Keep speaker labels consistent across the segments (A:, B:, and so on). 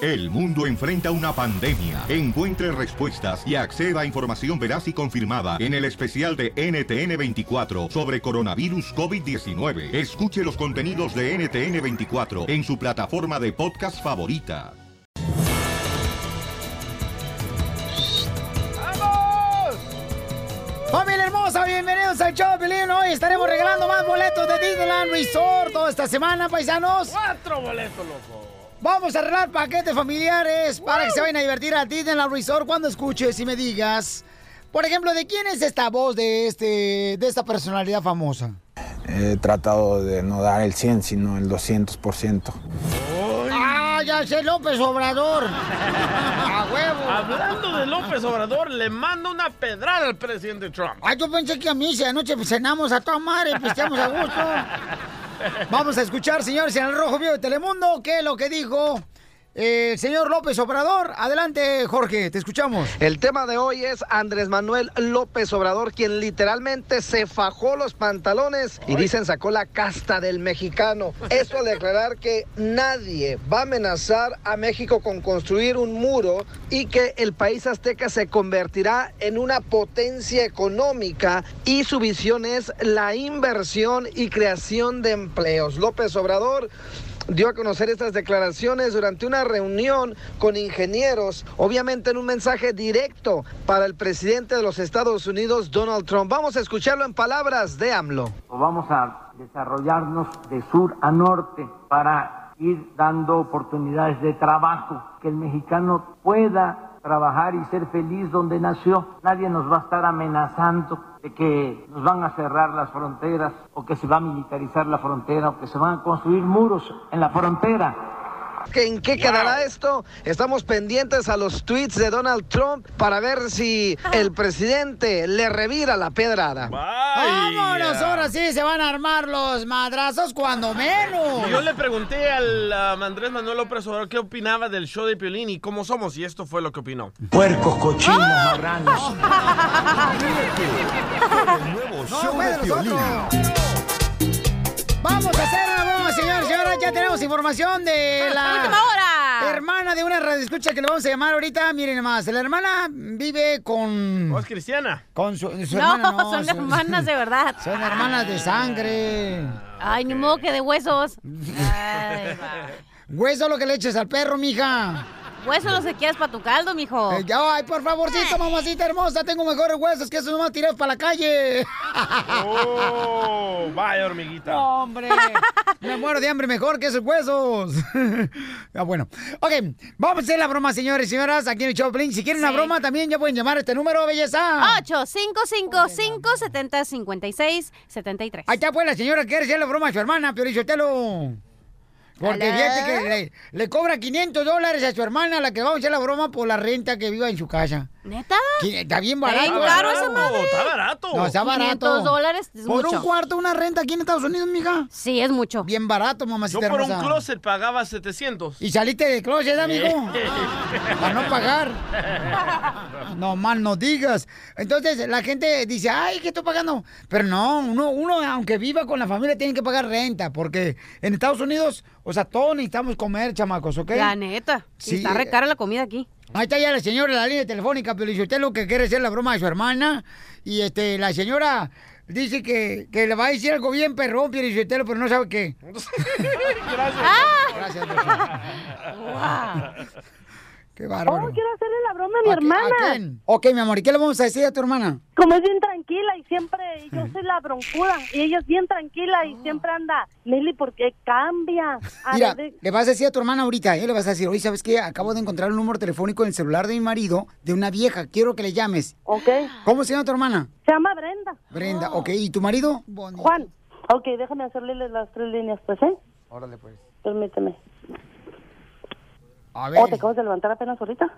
A: El mundo enfrenta una pandemia. Encuentre respuestas y acceda a información veraz y confirmada en el especial de NTN24 sobre coronavirus COVID-19. Escuche los contenidos de NTN24 en su plataforma de podcast favorita.
B: Familia hermosa, bienvenidos al show, Pelín. Hoy estaremos regalando más boletos de Disneyland Resort toda esta semana, paisanos.
C: Cuatro boletos, loco.
B: Vamos a arreglar paquetes familiares para que se vayan a divertir a Disneyland Resort cuando escuches y me digas. Por ejemplo, ¿de quién es esta voz de, este, de esta personalidad famosa?
D: He tratado de no dar el 100, sino el 200%.
B: ¡Ah, ya sé, López Obrador! ¡A huevo!
C: Hablando de López Obrador, le manda una pedrada al presidente Trump.
B: Ay, yo pensé que a mí, si anoche cenamos a toda madre, pisteamos a gusto. Vamos a escuchar, señores, en el Rojo Vivo de Telemundo, qué es lo que dijo eh, el señor López Obrador. Adelante, Jorge, te escuchamos.
E: El tema de hoy es Andrés Manuel López Obrador, quien literalmente se fajó los pantalones y dicen sacó la casta del mexicano. Esto al declarar que nadie va a amenazar a México con construir un muro y que el país azteca se convertirá en una potencia económica y su visión es la inversión y creación de empleos. López Obrador dio a conocer estas declaraciones durante una reunión con ingenieros, obviamente en un mensaje directo para el presidente de los Estados Unidos, Donald Trump. Vamos a escucharlo en palabras de AMLO.
F: Vamos a desarrollarnos de sur a norte para ir dando oportunidades de trabajo, que el mexicano pueda trabajar y ser feliz donde nació. Nadie nos va a estar amenazando de que nos van a cerrar las fronteras o que se va a militarizar la frontera o que se van a construir muros en la frontera.
E: ¿En qué quedará esto? Estamos pendientes a los tweets de Donald Trump para ver si el presidente le revira la pedrada.
B: ¡Vámonos! Ahora sí se van a armar los madrazos cuando menos.
C: Yo le pregunté al um, Andrés Manuel López Obrador qué opinaba del show de Piolín y cómo somos, y esto fue lo que opinó. ¡Ah!
G: Puercos, cochinos, marranos.
A: El nuevo
B: No,
A: show
B: fue de
A: de Piolín.
B: nosotros. Vamos a hacer una broma, señores. Y ahora ya tenemos información de la
H: Última hora.
B: hermana de una radioescucha que le vamos a llamar ahorita. Miren más, la hermana vive con
C: ¿Vos, Cristiana?
B: con su, su
H: No,
B: hermana. no,
H: son
B: su-
H: hermanas de verdad.
B: Son hermanas de sangre.
H: Ay, ni modo que de huesos. Ay, va.
B: Hueso lo que le eches al perro, mija.
H: Huesos los que quieras para tu caldo, mijo.
B: Eh, ya, ay, por favorcito, mamacita hermosa, tengo mejores huesos que esos nomás tirados para la calle.
C: ¡Oh! ¡Vaya, hormiguita!
B: No, hombre. Me muero de hambre mejor que esos huesos. ah, bueno. Ok, vamos a hacer la broma, señores y señoras, aquí en el Choplin. Si quieren una
H: Sí.
B: broma, también ya pueden llamar a este número, belleza.
H: 8 5 5 5 70 56 73
B: Ahí está, pues, la señora que quiere hacer la broma a su hermana, Piorichotelo. Porque
H: Hola.
B: fíjate que le, le cobra 500 dólares a su hermana, a la que vamos a hacer la broma por la renta que viva en su casa.
H: ¿Neta?
B: Qui- Está bien
H: Está
B: barato.
H: bien caro
C: barato,
H: esa madre.
C: ¡Está barato!
B: No, está barato.
H: 500 dólares es
B: Por
H: mucho.
B: un cuarto, una renta aquí en Estados Unidos, mija.
H: Sí, es mucho.
B: Bien barato,
C: Yo
B: mamacita
C: por un
B: hermosa.
C: closet pagaba 700.
B: Y saliste de closet, ¿eh, amigo. Para no pagar. Ah, No mal no digas. Entonces la gente dice, ay, que estoy pagando. Pero no, uno, uno, aunque viva con la familia, tiene que pagar renta. Porque en Estados Unidos, o sea, todos necesitamos comer, chamacos, ¿ok?
H: La neta. Y
B: Sí,
H: está
B: eh,
H: re cara la comida aquí.
B: Ahí está ya la señora de la línea telefónica, pero dice usted lo que quiere hacer la broma de su hermana. Y este, la señora dice que, que le va a decir algo bien perrón, pero dice usted, pero no sabe qué.
C: Gracias.
B: Gracias, Rosa. Qué bárbaro.
I: Oh, quiero hacerle la broma a mi
B: ¿A qué- a
I: hermana.
B: quién? Ok, mi amor, ¿y qué le vamos a decir a tu hermana?
I: Como es bien tranquila y siempre yo soy la broncuda y ella es bien tranquila y siempre anda, Nelly, ¿por qué cambia? A
B: Oh. Mira,
I: ver, de-
B: le vas a decir a tu hermana ahorita, ¿eh? le vas a decir, oye, ¿sabes qué? Acabo de encontrar un número telefónico en el celular de mi marido, de una vieja, quiero que le llames.
I: ok,
B: ¿Cómo se llama tu hermana?
I: se llama Brenda.
B: Brenda, ok, ¿y tu marido?
I: Juan, ok, déjame hacerle las tres líneas, pues, ¿eh?
B: Órale, pues.
I: Permíteme.
J: Oh,
B: A ver.
I: ¿O te acabas de levantar apenas ahorita?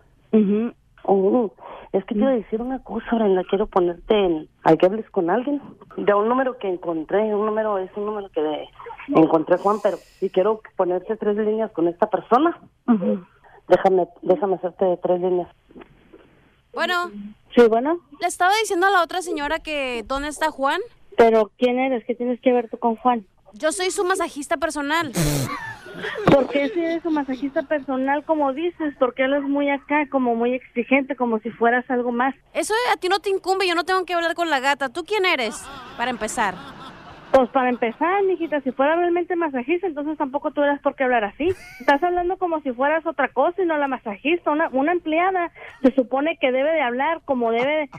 I: Oh, es que quiero decir una cosa, Brenda, quiero ponerte en... Hay que hables con alguien. De un número que encontré, un número es un número que de- encontré, Juan, pero si quiero ponerte tres líneas con esta persona. Déjame, déjame hacerte tres líneas.
H: Bueno,
I: Sí, bueno,
H: le estaba diciendo a la otra señora que dónde está Juan.
I: pero ¿quién eres? ¿Qué tienes que ver tú con Juan?
H: Yo soy su masajista personal.
I: Porque ese es su masajista personal, como dices, porque él es muy acá, como muy exigente, como si fueras algo más.
H: Eso a ti no te incumbe, yo no tengo que hablar con la gata. ¿Tú quién eres? Para empezar.
I: Pues para empezar, mijita, si fuera realmente masajista, entonces tampoco tú eras por qué hablar así. Estás hablando como si fueras otra cosa y no la masajista. Una, una empleada se supone que debe de hablar como debe,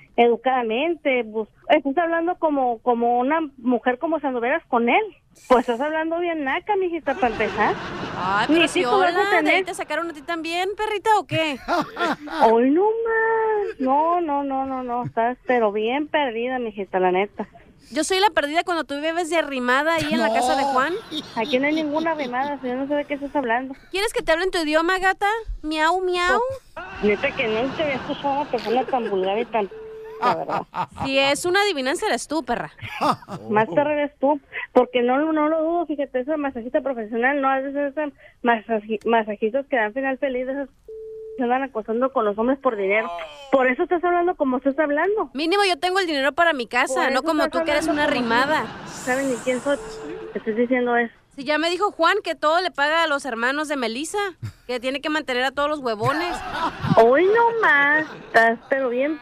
I: educadamente. bus- Estás hablando como, como una mujer como si anduvieras con él. Pues estás hablando bien naca, mijita, para empezar.
H: Ay, Ah,
I: Ni
H: pero si
I: título vas a
H: hola, ¿de ahí
I: tener.
H: te sacaron a ti también, perrita, o qué?
I: Hoy no más. No, no, no, no, no. Estás pero bien perdida, mijita, la neta.
H: Yo soy la perdida cuando tú bebes de arrimada ahí en la casa de Juan.
I: Aquí no hay ninguna remada, señor. No sé de qué estás hablando.
H: ¿Quieres que te hable en tu idioma, gata? Miau, miau.
I: Neta que no te había escuchado a una persona tan vulgar y tan... La verdad.
H: Si es una adivinanza, eres tú, perra.
I: Más tarde eres tú, porque no, lo- no lo dudo, fíjate, esa masajista profesional, no a veces esas masaji- masajistas que dan final feliz, esas se van acostando con los hombres por dinero. Por eso estás hablando como estás hablando.
H: Mínimo yo tengo el dinero para mi
I: Por
H: casa,
I: eso
H: no como
I: estás
H: tú que eres
I: hablando
H: una
I: como
H: arrimada.
I: tú. ¿Saben ni quién soy? Estoy diciendo eso.
H: Si ya me dijo Juan que todo le paga a los hermanos de Melissa, que tiene que mantener a todos los huevones.
I: Hoy no más, estás pero bien.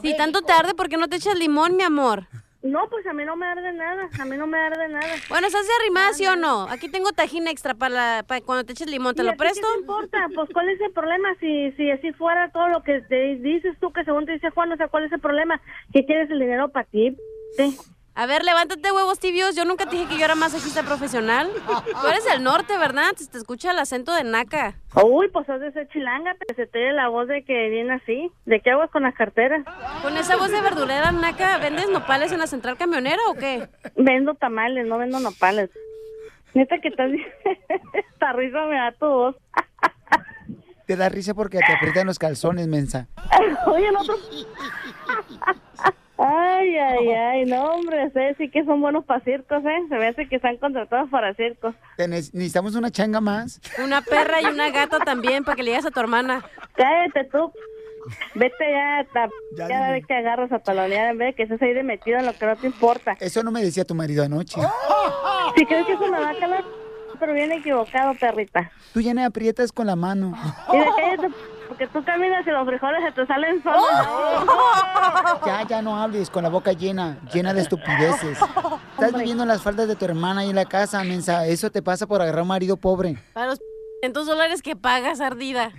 H: Si tanto tarde, ¿por qué no te echas limón, mi amor?
I: No, pues a mí no me arde nada, a mí no me arde nada.
H: Bueno, ¿estás de arrimada, sí o no? Aquí tengo tajín extra para, la- para cuando te eches limón, ¿te
I: ¿Y
H: lo
I: a ti
H: presto?
I: ¿Qué te importa? Pues, ¿cuál es el problema? Si, si así fuera todo lo que te dices tú, que según te dice Juan, o sea, ¿cuál es el problema? ¿Que quieres el dinero para ti? p-?
H: A ver, levántate, huevos tibios. Yo nunca te dije que yo era masajista profesional. Tú eres del norte, ¿verdad? Se te escucha el acento de naca.
I: Uy, pues has de ser chilanga, que se te oye la voz de que viene así. ¿De qué hago con las carteras?
H: Con esa voz de verdulera naca, ¿vendes nopales en la central camionera o qué?
I: Vendo tamales, no vendo nopales. Neta que estás... bien- Esta risa me da tu voz.
B: Te da risa porque te aprietan los calzones, mensa.
I: Oye, el otro... Ay, ay, ay, no, hombre, ustedes sí que son buenos para circos, ¿eh? Se me hace que están contratados para circos.
B: Te ne- necesitamos una changa más.
H: Una perra y una gata también para que le digas a tu hermana.
I: Cállate tú. Vete ya, ta,
B: Ya
I: cada
B: dije.
I: vez que agarras a talonear, en vez de que estés ahí de metido en lo que no te importa.
B: Eso no me decía tu marido anoche.
I: ¡Oh! Si crees que eso me va a calar, pero bien equivocado, perrita.
B: Tú ya me aprietas con la mano.
I: Mira, cállate, porque tú caminas y los frijoles se te salen solos.
B: Ya, ya no hables con la boca llena, llena de estupideces. Estás viviendo las faldas de tu hermana ahí en la casa, mensa. Eso te pasa por agarrar un marido pobre.
H: Para los 500 dólares que pagas, ardida.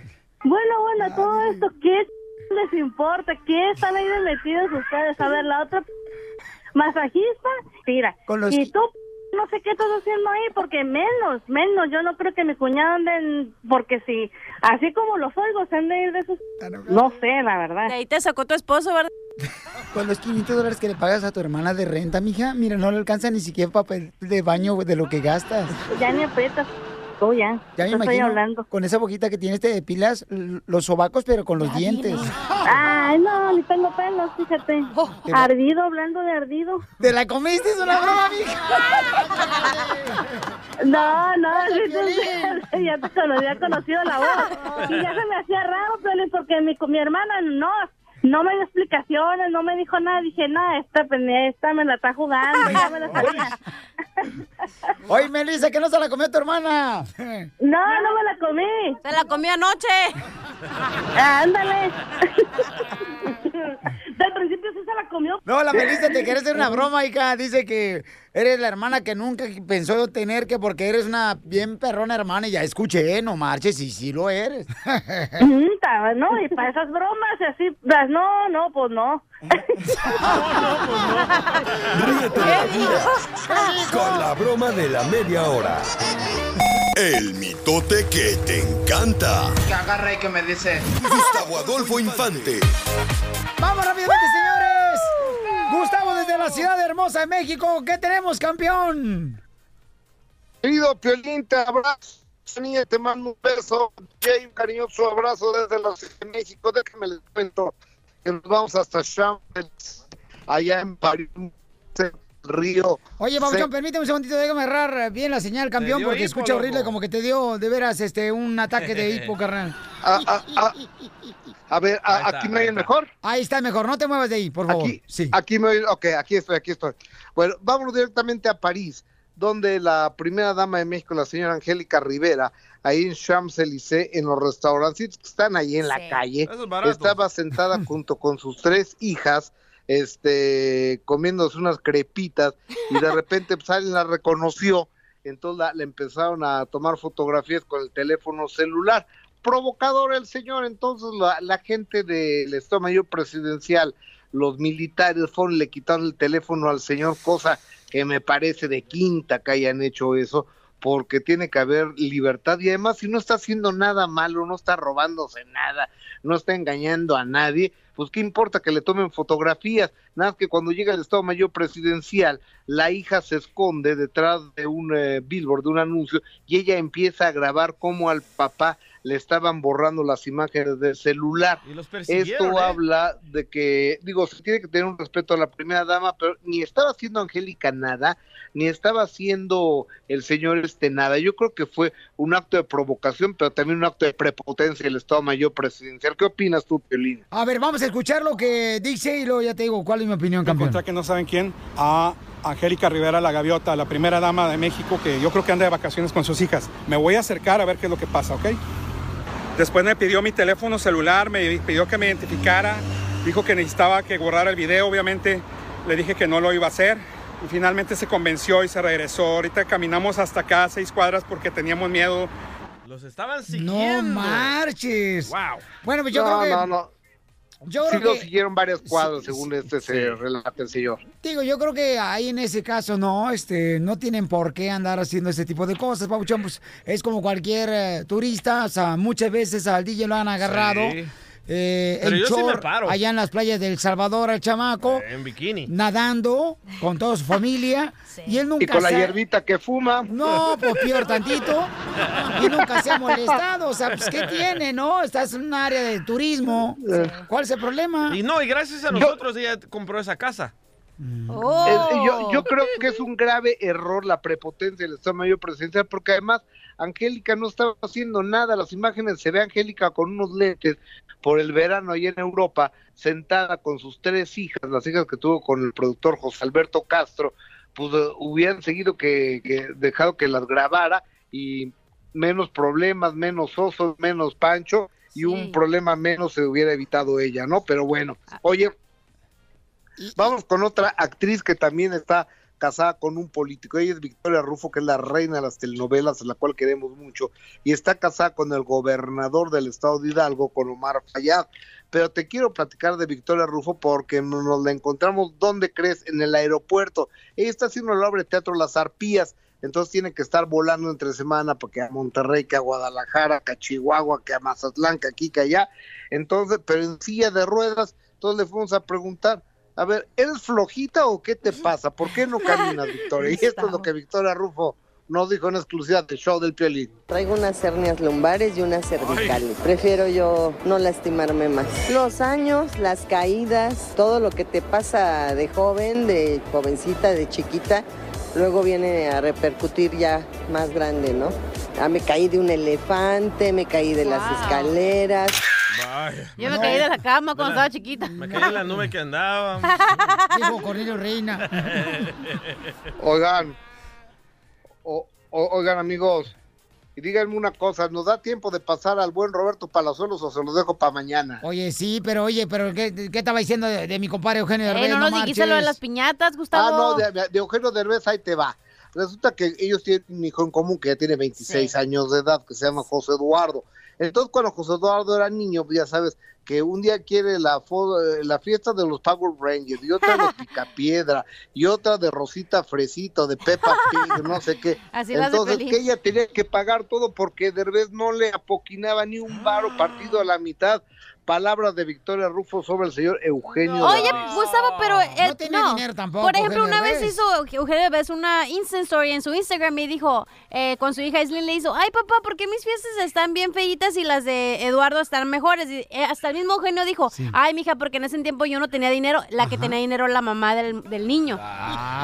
I: Bueno, bueno, todo esto, ¿qué les importa? ¿Qué están ahí de metidos ustedes? A ver, la otra masajista, mira,
B: Con los-
I: y tú no sé qué estás haciendo ahí, porque menos, menos, yo no creo que mi cuñado ande, en- porque si, así como los oigo, se han de ir de esos, no sé, la
H: De
I: verdad.
H: ahí te sacó tu esposo, ¿verdad?
B: Con los 500 dólares que le pagas a tu hermana de renta, mija, mira, no le alcanza ni siquiera papel de baño de lo que gastas.
I: Ya ni aprietas, tú ya,
B: Ya me
I: no estoy
B: imagino
I: hablando.
B: con esa boquita que tienes te depilas l- los sobacos pero con los dientes.
I: Ay, no, ni tengo pelos, fíjate.
B: Qué va-
I: Ardido, hablando de ardido.
B: ¿Te la comiste? Es una broma, mija.
I: No, no, sí, tú- ya te conocí, ya conocido la voz. Y ya se me hacía raro, Piolín, porque mi, mi hermana no, no me dio explicaciones, no me dijo nada. Dije, nada, esta, pues, esta me la está jugando, ya me la sabía.
B: Oye, Melissa, que no se la comió tu hermana.
I: No, no me la comí.
H: Se la comió anoche.
I: Ándale. Del principio sí se la comió.
B: No, la Melissa te quiere hacer una broma, hija. Dice que eres la hermana que nunca pensó tener que porque eres una bien perrona hermana. Y ya escuché, no marches, y sí lo eres.
I: Mm, ta- No, y para esas bromas y así, las- no, no, pues no.
K: Ríete de la vida con la broma de la media hora. El mitote que te encanta.
L: que agarra y que me dice.
K: Gustavo Adolfo Infante.
B: ¡Vamos rápidamente, señores! Gustavo, desde la ciudad hermosa de México, ¿qué tenemos, campeón?
M: Querido Piolín, te abrazo. Sonia, te mando un beso. Jay, un cariñoso abrazo desde la Ciudad de México. Déjame les cuento que nos vamos hasta Champs, allá en París, el río.
B: Oye,
M: Se-
B: Pabuchón, permíteme un segundito, déjame agarrar bien la señal, campeón,
M: dio
B: porque
M: hipo,
B: escucha horrible
M: loco.
B: como que te dio de veras este un ataque de hipo, carnal.
C: Ah,
M: A, a- a- a ver, a- aquí me oyen mejor.
B: Ahí está mejor, no te muevas de ahí, por favor.
M: Aquí, aquí me oyen. Ok, aquí estoy, aquí estoy. Bueno, vámonos directamente a París. donde la primera dama de México, la señora Angélica Rivera, ahí en Champs-Élysées, en los restaurancitos que están ahí en la calle,
C: Eso es barato.
M: estaba sentada junto con sus tres hijas, este, comiéndose unas crepitas, y de repente pues, alguien la reconoció, entonces la, le empezaron a tomar fotografías con el teléfono celular. Provocador el señor, entonces la, la gente del estómago presidencial, los militares fueron, le quitaron el teléfono al señor, cosa que me parece de quinta que hayan hecho eso, porque tiene que haber libertad y además si no está haciendo nada malo, no está robándose nada, no está engañando a nadie, pues qué importa que le tomen fotografías, nada más que cuando llega el Estado Mayor Presidencial, la hija se esconde detrás de un eh, billboard, de un anuncio, y ella empieza a grabar cómo al papá le estaban borrando las imágenes del celular.
C: Y los persiguieron,
M: Esto
C: ¿eh?
M: habla de que, digo, se tiene que tener un respeto a la primera dama, pero ni estaba haciendo Angélica nada, ni estaba haciendo el señor este nada. Yo creo que fue un acto de provocación, pero también un acto de prepotencia del Estado Mayor Presidencial. ¿Qué opinas tú, Piolín?
B: A ver, vamos a escuchar lo que dice y luego ya te digo cuál es mi opinión, campeón.
L: encontré a que no saben quién, a Angélica Rivera La Gaviota, la primera dama de México, que yo creo que anda de vacaciones con sus hijas. Me voy a acercar a ver qué es lo que pasa, ¿ok? Después me pidió mi teléfono celular, me pidió que me identificara, dijo que necesitaba que borrara el video, obviamente le dije que no lo iba a hacer. Y finalmente se convenció y se regresó. Ahorita caminamos hasta acá, seis cuadras, porque teníamos miedo.
C: Los estaban
B: No
C: siguiendo.
B: marches.
C: Wow.
B: Bueno, pues yo
M: no,
B: creo que.
M: no, no.
B: Yo
M: sí
B: creo
M: lo
B: que-
M: siguieron varios cuadros, según este se relata el señor.
B: Digo, yo creo que ahí en ese caso no, este, no tienen por qué andar haciendo ese tipo de cosas, Pabuchón, pues es como cualquier eh, turista, o sea, muchas veces al DJ lo han agarrado.
C: Sí.
B: eh,
C: Pero
B: en
C: yo sí me
B: short,
C: paro. Eh,
B: allá en las playas del Salvador, el chamaco,
C: En bikini.
B: nadando con toda su familia, y él nunca
M: Y con la
B: se ha-
M: hierbita que fuma.
B: No, pues peor tantito, y nunca se ha molestado, o sea, pues ¿qué tiene, no? Estás en un área de turismo, ¿cuál es el problema?
C: Y no, y gracias a nosotros ella compró esa casa.
M: Es- yo, yo creo que es un grave error la prepotencia del Estado Mayor Presidencial, porque además Angélica no estaba haciendo nada. Las imágenes se ve a Angélica con unos lentes por el verano ahí en Europa, sentada con sus tres hijas, las hijas que tuvo con el productor José Alberto Castro, pues eh, hubieran seguido que, que dejado que las grabara y menos problemas, menos osos, menos pancho y un problema menos se hubiera evitado ella, ¿no? Pero bueno, oye, Vamos con otra actriz que también está casada con un político. Ella es Victoria Rufo, que es la reina de las telenovelas, a la cual queremos mucho, y está casada con el gobernador del estado de Hidalgo, con Omar Fayad. Pero te quiero platicar de Victoria Rufo porque nos la encontramos, ¿dónde crees? En el aeropuerto. Ella está haciendo la obra de teatro Las Arpías, entonces tiene que estar volando entre semana porque a Monterrey, que a Guadalajara, que a Chihuahua, que a Mazatlán, que aquí, que allá. Entonces, pero en silla de ruedas, entonces le fuimos a preguntar, a ver, ¿eres flojita o qué te pasa? ¿Por qué no caminas, Victoria? Y esto es lo que Victoria Rufo nos dijo en exclusiva del show del Piolín.
N: Traigo unas hernias lumbares y unas cervicales. Prefiero yo no lastimarme más. Los años, las caídas, todo lo que te pasa de joven, de jovencita, de chiquita, luego viene a repercutir ya más grande, ¿no? Ah, me caí de un elefante, me caí de las escaleras.
H: Yo me caí de la cama cuando estaba chiquita.
C: Me caí en la nube que andaba.
B: Digo, Cornelio Reina.
M: Oigan, o- o- oigan amigos, y díganme una cosa, ¿nos da tiempo de pasar al buen Roberto Palazuelos o se los dejo para mañana?
B: Oye, sí, pero oye, pero ¿qué, qué estaba diciendo de, de mi compadre Eugenio
H: Ey,
B: Derbez?
H: Eh, no nos dijiste lo de
B: marches.
H: las piñatas, Gustavo.
M: Ah, no, de, de Eugenio Derbez, ahí te va. Resulta que ellos tienen un hijo en común que ya tiene 26 años de edad, que se llama José Eduardo. Entonces, cuando José Eduardo era niño, pues, ya sabes, que un día quiere la, fo- eh, la fiesta de los Power Rangers, y otra de Picapiedra, y otra de Rosita Fresito, de Peppa Pig, no sé qué.
O: Así las de
M: Entonces,
O: Pelín.
M: que ella tenía que pagar todo porque Derbez no le apoquinaba ni un varo partido a la mitad. Palabras de Victoria Rufo sobre el señor Eugenio
H: Oye,
M: Derbez.
H: Gustavo, pero él, no
B: tenía dinero tampoco,
H: Por ejemplo,
B: Eugenio
H: una vez
B: Derbez.
H: hizo Eugenio Derbez una instant story en su Instagram y dijo, eh, con su hija Islin le hizo, ay papá, ¿por qué mis fiestas están bien feitas y las de Eduardo están mejores? Y, eh, hasta el mismo Eugenio dijo, ay mija, porque en ese tiempo yo no tenía dinero, la que tenía dinero era la mamá del, del niño.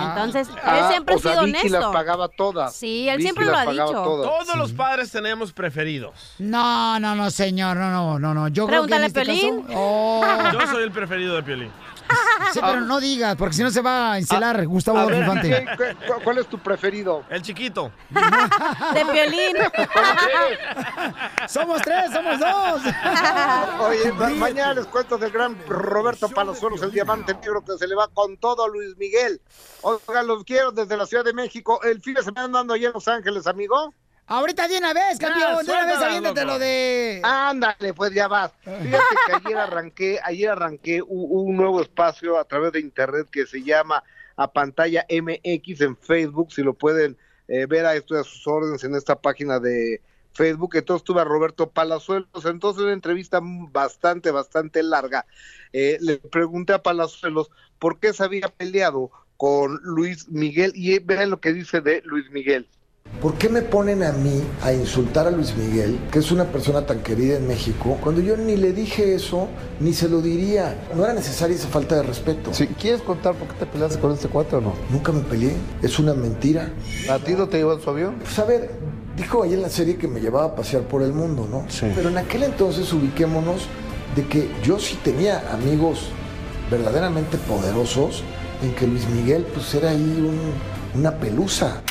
H: Entonces, él
M: Ah,
H: siempre
M: o
H: ha
M: sea,
H: sido
M: Vicky
H: honesto.
M: las pagaba todas.
H: Sí, él
M: Vicky
H: siempre lo
M: las
H: ha
M: pagaba
H: dicho.
M: todas.
C: Todos los padres tenemos preferidos.
B: No, no, no, señor, no, no, no, no. Yo creo que en
H: Pregúntale a
B: este
H: Piolín.
B: caso- Oh.
C: Yo soy el preferido de Piolín.
B: Sí, pero no digas, porque si no se va a encelar Gustavo
M: Ah, A
B: Adolfo
M: ver,
B: Infante.
M: DJ, cu- cu- ¿Cuál es tu preferido?
C: El chiquito.
H: De violín.
B: somos tres, somos dos.
M: Oye, ma- mañana les cuento del gran Roberto Palazuelos, el diamante negro que se le va con todo a Luis Miguel. Oigan, los quiero desde la Ciudad de México. El fin de semana andando allá en Los Ángeles, amigo.
B: Ahorita de una vez, campeón, de una vez aviéntate lo de...
M: Ándale, pues ya vas. Fíjate que ayer arranqué, ayer arranqué u- un, nuevo espacio a través de internet que se llama A Pantalla MX en Facebook. Si lo pueden eh, ver a esto a sus órdenes en esta página de Facebook. Entonces tuve a Roberto Palazuelos. Entonces una entrevista bastante, bastante larga. Eh, le pregunté a Palazuelos por qué se había peleado con Luis Miguel y eh, vean lo que dice de Luis Miguel.
O: ¿Por qué me ponen a mí a insultar a Luis Miguel, que es una persona tan querida en México, cuando yo ni le dije eso, ni se lo diría? No era necesaria esa falta de respeto. Si quieres contar por qué te peleaste con este cuate o no. Nunca me peleé, es una mentira. ¿A ti no te llevan su avión? Pues a ver, dijo ahí en la serie que me llevaba a pasear por el mundo, ¿no? Sí. Pero en aquel entonces ubiquémonos de que yo sí tenía amigos verdaderamente poderosos, en que Luis Miguel pues era ahí un- una pelusa.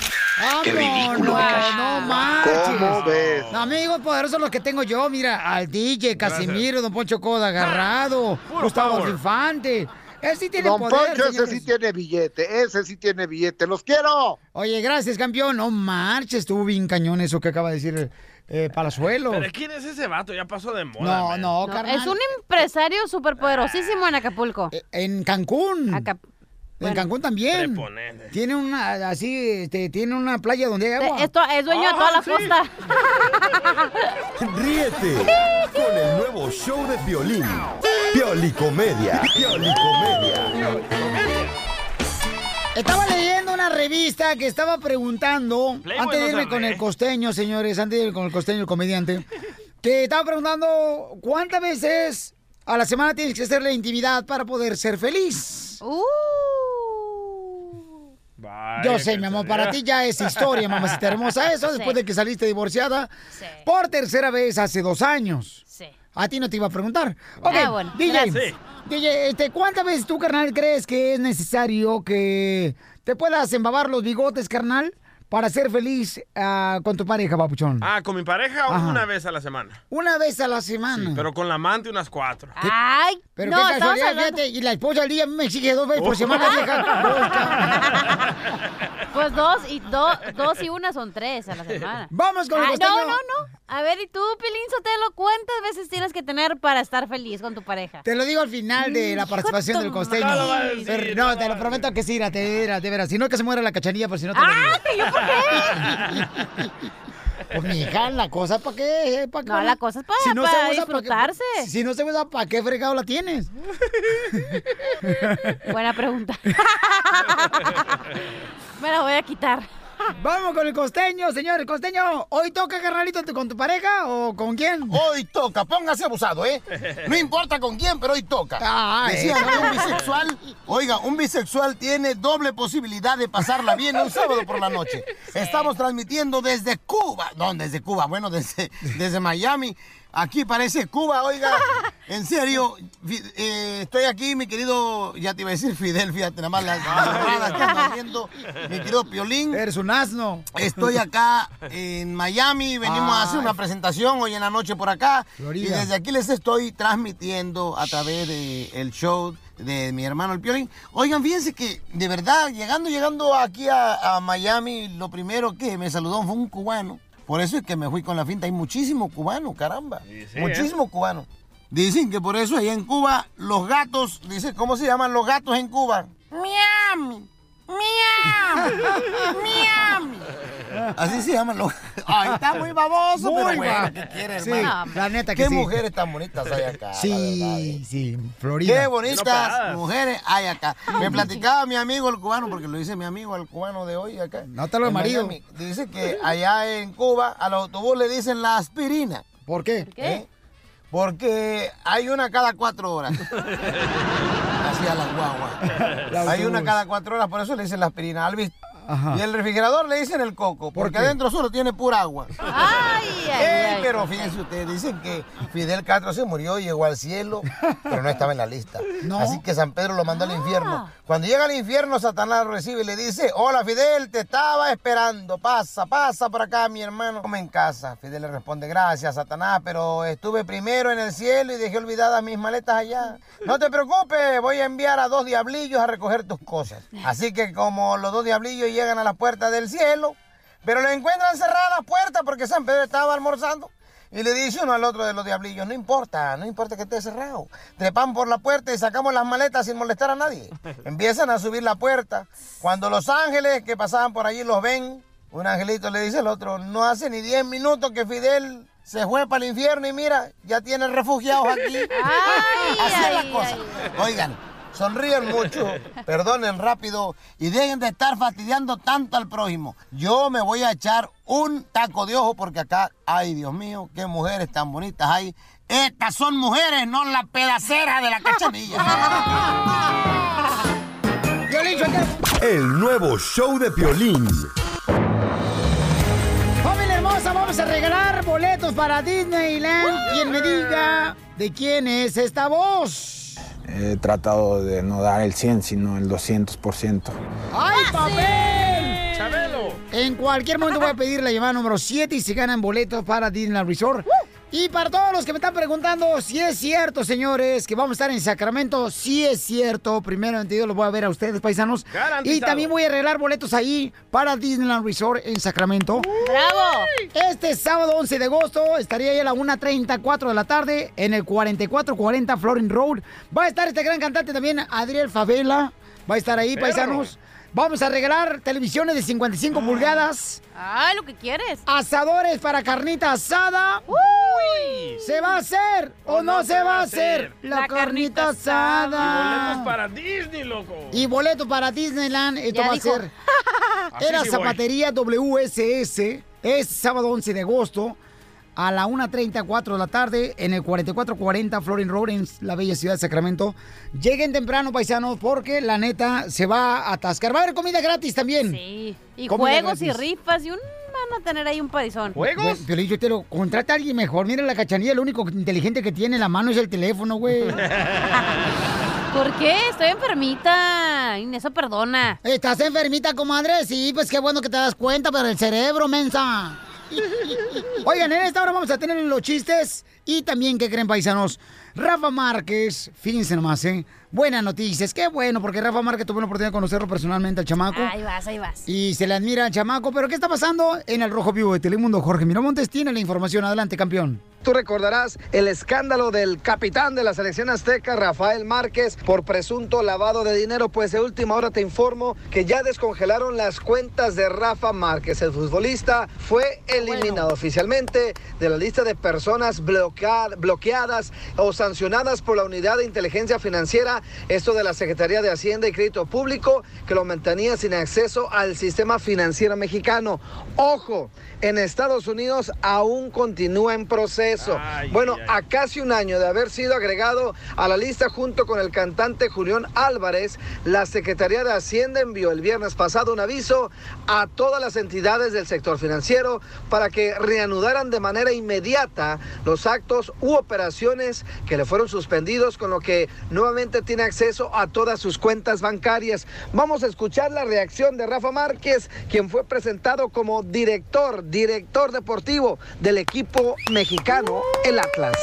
B: ¡Qué ridículo, no, no manches.
O: ¿Cómo ves?
B: No, amigos poderosos los que tengo yo, mira, al DJ, Casimiro, Don Poncho Coda, agarrado,
M: Puro
B: Gustavo
M: power.
B: Infante. Él sí tiene
M: Don
B: poder,
M: Poncho, ese
B: señores.
M: sí tiene billete, ese sí tiene billete. ¡Los quiero!
B: Oye, gracias, campeón. No marches, estuvo bien cañón eso que acaba de decir eh, Palazuelo.
C: ¿Pero quién es ese vato? Ya pasó de moda.
B: No,
C: man.
B: no,
H: No, es un empresario superpoderosísimo en Acapulco.
B: Eh, En Cancún. En Cancún también.
C: Preponente.
B: Tiene una, así, este, tiene una playa donde hay agua. Ah,
H: Esto es dueño de toda la costa.
K: Ríete con el nuevo show de violín. Piolicomedia. Piolicomedia.
B: Estaba leyendo una revista que estaba preguntando,
K: Playboy
B: antes de
K: no se
B: irme con
K: lee.
B: el costeño, señores, antes de irme con el costeño, el comediante, que estaba preguntando cuántas veces a la semana tienes que hacer la intimidad para poder ser feliz.
H: Uh.
B: Yo sé, mi amor, para ti ya es historia, mamacita hermosa. Eso después de que saliste divorciada por tercera vez hace dos años.
H: Sí.
B: A ti no te iba a preguntar. Ok,
H: Ah, bueno,
B: DJ,
H: gracias. Sí.
B: DJ, este, ¿cuántas veces tú, carnal, crees que es necesario que te puedas embabar los bigotes, carnal, para ser feliz ah, con tu pareja, papuchón?
C: Ah, con mi pareja
B: Ajá.
C: una vez a la semana.
B: Una vez a la semana.
C: Pero con la amante unas cuatro.
H: Ay,
B: Pero
C: no,
B: qué
C: estamos
B: casualidad,
H: hablando-
B: fíjate, y la esposa al día me exige dos veces por semana, vieja.
H: Pues dos y do- dos y una son tres a la semana.
B: Vamos con el
H: Ah, No,
B: costeño.
H: no, no. A ver, ¿y tú, Pilín Sotelo, cuántas veces tienes que tener para estar feliz con tu pareja?
B: Te lo digo al final de
H: Hijo
B: la
H: de
B: participación
H: tu
B: del costeño.
H: madre. No lo va a decir, Ah,
B: Pero no, te lo prometo que sí, te verás, de veras. Si no, que se muera la cachanilla, por si no te lo digo.
H: ¿Yo por qué?
B: Pues mija, la cosa para qué, eh, ¿pa' qué?
H: No, la cosa es para- para
B: ¿pa' qué?
H: disfrutarse.
B: si no se usa, ¿para qué fregado la tienes?
H: Buena pregunta. Me la voy a quitar.
B: Vamos con el costeño, señor. Costeño, ¿hoy toca, carnalito, tú con tu pareja o con quién?
P: Hoy toca, póngase abusado, ¿eh? No importa con quién, pero hoy toca.
B: Ah, eh.
P: Decían que un bisexual, oiga, un bisexual tiene doble posibilidad de pasarla bien un sábado por la noche. Estamos transmitiendo desde Cuba, no, desde Cuba, bueno, desde, desde Miami. Aquí parece Cuba, oiga, en serio, fi- eh, estoy aquí, mi querido, ya te iba a decir Fidel, fíjate, nada más las burradas que andan haciendo, mi querido Piolín.
B: Eres un asno.
P: Estoy acá en Miami, venimos a hacer una presentación hoy en la noche por acá.
B: Florida.
P: Y desde aquí les estoy transmitiendo a través del show de mi hermano el Piolín. Oigan, fíjense que de verdad, llegando, llegando aquí a, a Miami, lo primero que me saludó fue un cubano. Por eso es que me fui con la finta. Hay muchísimo cubano, caramba.
Q: sí,
P: muchísimo
B: ¿eh?
P: cubano. Dicen que por eso allá en Cuba los gatos, dice, ¿cómo se llaman los gatos en Cuba? Miami. Miami. Miami. Así se llaman los. Ay, está muy baboso,
B: Muy
P: pero bueno,
B: babo-
P: ¿qué quiere,
B: Sí,
P: hermano?
B: la neta que
P: ¿Qué
B: sí.
P: mujeres tan bonitas hay acá?
B: Sí, sí, Florida.
P: Qué bonitas mujeres hay acá. Me platicaba mi amigo el cubano, porque lo dice mi amigo el cubano de hoy acá.
B: No te lo
P: en
B: marido.
P: Miami. Dice que allá en Cuba a los autobús le dicen la aspirina.
B: ¿Por qué?
P: qué? Porque hay una cada cuatro horas. Así a las guaguas.
B: La
P: Hay una
B: autobús.
P: cada cuatro horas, por eso le dicen la aspirina. ¿Has vis- has visto,
B: Ajá.
P: Y el refrigerador le dicen el coco, porque adentro solo tiene pura agua.
H: ¡Ay, ay,
P: Ey,
H: ay.
P: Pero fíjense ustedes, dicen que Fidel Castro se murió, llegó al cielo, pero no estaba en la lista. Así que San Pedro lo mandó al infierno. Cuando llega al infierno, Satanás lo recibe y le dice, hola Fidel, te estaba esperando, pasa, pasa por acá, mi hermano. Come en casa. Fidel le responde, gracias, Satanás, pero estuve primero en el cielo y dejé olvidadas mis maletas allá. No te preocupes, voy a enviar a dos diablillos a recoger tus cosas. Así que como los dos diablillos llegan a la puerta del cielo, pero le encuentran cerrada la puerta porque San Pedro estaba almorzando. Y le dice uno al otro de los diablillos, no importa, no importa que esté cerrado. Trepan por la puerta y sacamos las maletas sin molestar a nadie. Empiezan a subir la puerta. Cuando los ángeles que pasaban por allí los ven, un angelito le dice al otro, no hace ni 10 minutos que Fidel se fue para el infierno y mira, ya tiene refugiados aquí. Así es la cosa. Oigan, sonríen mucho, perdonen rápido y dejen de estar fastidiando tanto al prójimo. Yo me voy a echar un taco de ojo porque acá, ay Dios mío, qué mujeres tan bonitas hay. Estas son mujeres, no la pedacera de la cachanilla.
K: El nuevo show de Piolín.
B: Familia hermosa, vamos a regalar boletos para Disneyland. Quien me diga de quién es esta voz.
D: He tratado de no dar el 100, sino el 200%.
B: ¡Ay, papel! ¡Chabelo! En cualquier momento voy a pedir la llamada número 7 y se ganan boletos para Disneyland Resort. Y para todos los que me están preguntando si es cierto, señores, que vamos a estar en Sacramento, si es cierto. Primero en Dios los voy a ver a ustedes, paisanos.
Q: Garantizado.
B: Y también voy a arreglar boletos ahí para Disneyland Resort en Sacramento.
H: ¡Bravo!
B: Este sábado 11 de agosto estaría ahí a la 1.34 de la tarde en el 4440 Florin Road. Va a estar este gran cantante también, Adriel Favela. Va a estar ahí,
H: Perro.
B: paisanos. Vamos a regalar televisiones de 55 pulgadas.
H: Ah, lo que quieres.
B: Asadores para carnita asada. ¿Se va a hacer o no, se va a hacer la, carnita,
C: Y
B: asada?
C: boletos para Disney, loco.
B: Y boleto para Disneyland, esto
C: Ya
B: va
C: dijo.
B: a ser.
C: Así
B: Era
C: sí voy.
B: Zapatería WSS, es sábado 11 de agosto a la 1.34 de la tarde en el 4440 Florin Road en la bella ciudad de Sacramento. Lleguen temprano, paisanos, porque la neta se va a atascar. Va a haber comida gratis también. Sí,
H: Y juegos y rifas y un... Van a tener ahí un parizón.
B: Pero yo te lo contrata a alguien mejor. Mira la cachanilla, lo único inteligente que tiene en la mano es el teléfono, güey.
H: ¿Por qué? Estoy enfermita. Inés, perdona.
B: ¿Estás enfermita, comadre? Sí, pues qué bueno que te das cuenta, pero el cerebro, mensa. Oigan, en esta hora vamos a tener los chistes y también, ¿qué creen, paisanos? Rafa Márquez, fíjense nomás, ¿eh? Buenas noticias, qué bueno, porque Rafa Márquez tuvo la oportunidad de conocerlo personalmente al chamaco.
H: Ahí vas, ahí vas.
B: Y se le admira al chamaco, pero ¿qué está pasando en el Rojo Vivo de Telemundo? Jorge Miramontes tiene la información. Adelante, campeón.
E: Tú recordarás el escándalo del capitán de la selección azteca, Rafael Márquez, por presunto lavado de dinero, pues de última hora te informo que ya descongelaron las cuentas de Rafa Márquez. El futbolista fue eliminado oficialmente de la lista de personas bloquea- bloqueadas o sancionadas por la Unidad de Inteligencia Financiera, esto de la Secretaría de Hacienda y Crédito Público, que lo mantenía sin acceso al sistema financiero mexicano. Ojo, en Estados Unidos aún continúa en proceso. bueno, a casi un año de haber sido agregado a la lista junto con el cantante Julián Álvarez, la Secretaría de Hacienda envió el viernes pasado un aviso a todas las entidades del sector financiero para que reanudaran de manera inmediata los actos u operaciones que le fueron suspendidos, con lo que nuevamente tiene acceso a todas sus cuentas bancarias. Vamos a escuchar la reacción de Rafa Márquez, quien fue presentado como director, director deportivo del equipo mexicano, el Atlas.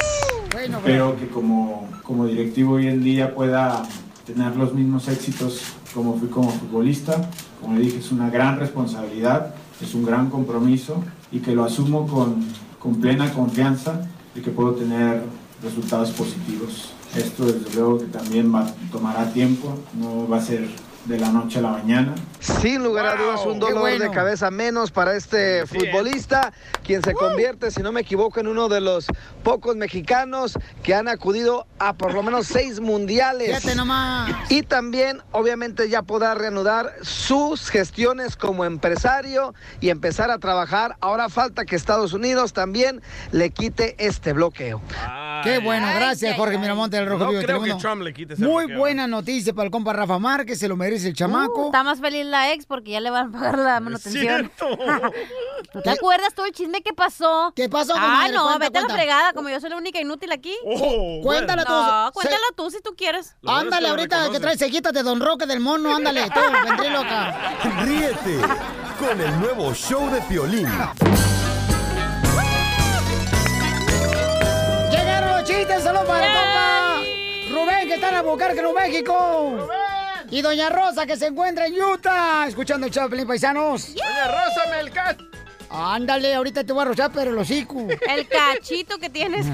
G: Espero que como, como directivo hoy en día pueda tener los mismos éxitos como fui como futbolista. Como le dije, es una gran responsabilidad, es un gran compromiso y que lo asumo con, con plena confianza de que puedo tener resultados positivos. Esto desde luego que también va- tomará tiempo, no va a ser de la noche a la mañana.
E: Sin lugar a dudas, un dolor de cabeza menos para este futbolista, quien se convierte, si no me equivoco, en uno de los pocos mexicanos que han acudido a por lo menos seis mundiales.
B: Fíjate nomás.
E: Y también, obviamente, ya podrá reanudar sus gestiones como empresario y empezar a trabajar. Ahora falta que Estados Unidos también le quite este bloqueo.
B: Qué bueno,
C: Ay,
B: gracias
C: ay,
B: Jorge
C: ay.
B: Miramonte del Rojo
C: No
B: Vivo de
C: creo que
B: Telemundo.
C: Trump le quite ese
B: Muy
C: bloqueo.
B: buena noticia para el compa Rafa Márquez, se lo merece el chamaco.
H: Uh, Está más feliz la ex porque ya le van a pagar la manutención. ¿No te acuerdas todo el chisme que pasó?
B: ¿Qué pasó,
H: Ah,
B: comadre?
H: no,
B: Cuenta,
H: vete a
B: cuenta.
H: la fregada, como yo soy la única inútil aquí.
B: Oh, Cuéntala bueno. tú.
H: No,
B: Se-
H: cuéntala tú si tú quieres.
B: Ándale, ahorita que traes cejitas de Don Roque del Mono, ándale, tú, loca.
K: Ríete con el nuevo show de Piolín.
B: Llegaron los chistes, saludos para el compa Rubén, que está en Albuquerque, Nuevo México. Y Doña Rosa, que se encuentra en Utah, escuchando el Chaplin, paisanos.
C: Doña Rosa Melcat.
B: Ándale, ahorita te voy a arrochar, pero el hocico.
H: El cachito que tienes.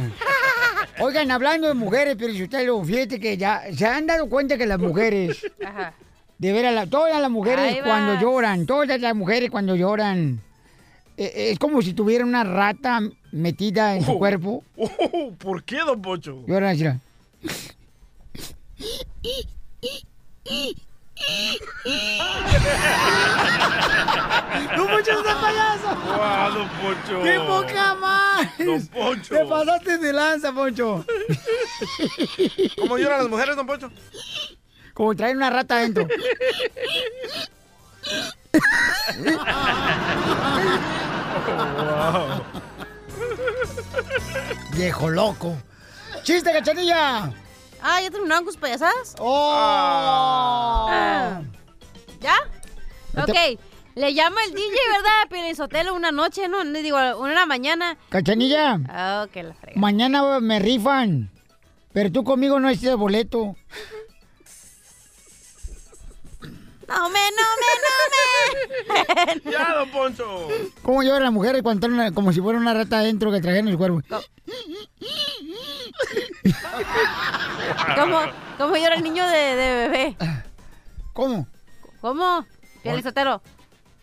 B: Oigan, hablando de mujeres, pero si ustedes lo fíjate que ya se han dado cuenta que las mujeres,
H: Ajá.
B: de veras, la- todas las mujeres
H: Ahí
B: cuando
H: vas.
B: lloran, todas las mujeres cuando lloran, eh, eh, es como si tuviera una rata metida en su cuerpo.
C: Oh, ¿Por qué, don Pocho?
B: Lloran así.
C: ¡Don
B: Pocho es un payaso!
C: ¡Wow, Ah, don Pocho!
B: ¡Qué poca más!
C: Don Poncho.
B: Te pasaste de lanza, Poncho.
C: ¿Cómo lloran las mujeres, don Pocho?
B: Como traer una rata adentro. Viejo loco. ¡Chiste, cachanilla!
H: Ah, ¿ya terminaron con sus payasadas? Ah.
B: ¡Oh!
H: ¿Ya?
B: No
H: Ok.
B: te-
H: Le llamo el DJ, ¿verdad? A Pielizotelo una noche, ¿no? Le Digo, una mañana.
B: Cachanilla,
H: Ah, que la frega.
B: mañana me rifan. Pero tú conmigo no hiciste boleto.
H: No me, no me, no me.
C: ¡Ya, don Poncho!
B: ¿Cómo lloran las mujeres cuando traen una- como si fuera una rata adentro que trajeron el cuerpo?
H: ¿Cómo, cómo llora el niño de, de bebé?
B: ¿Cómo?
H: ¿Cómo? Pielizotelo.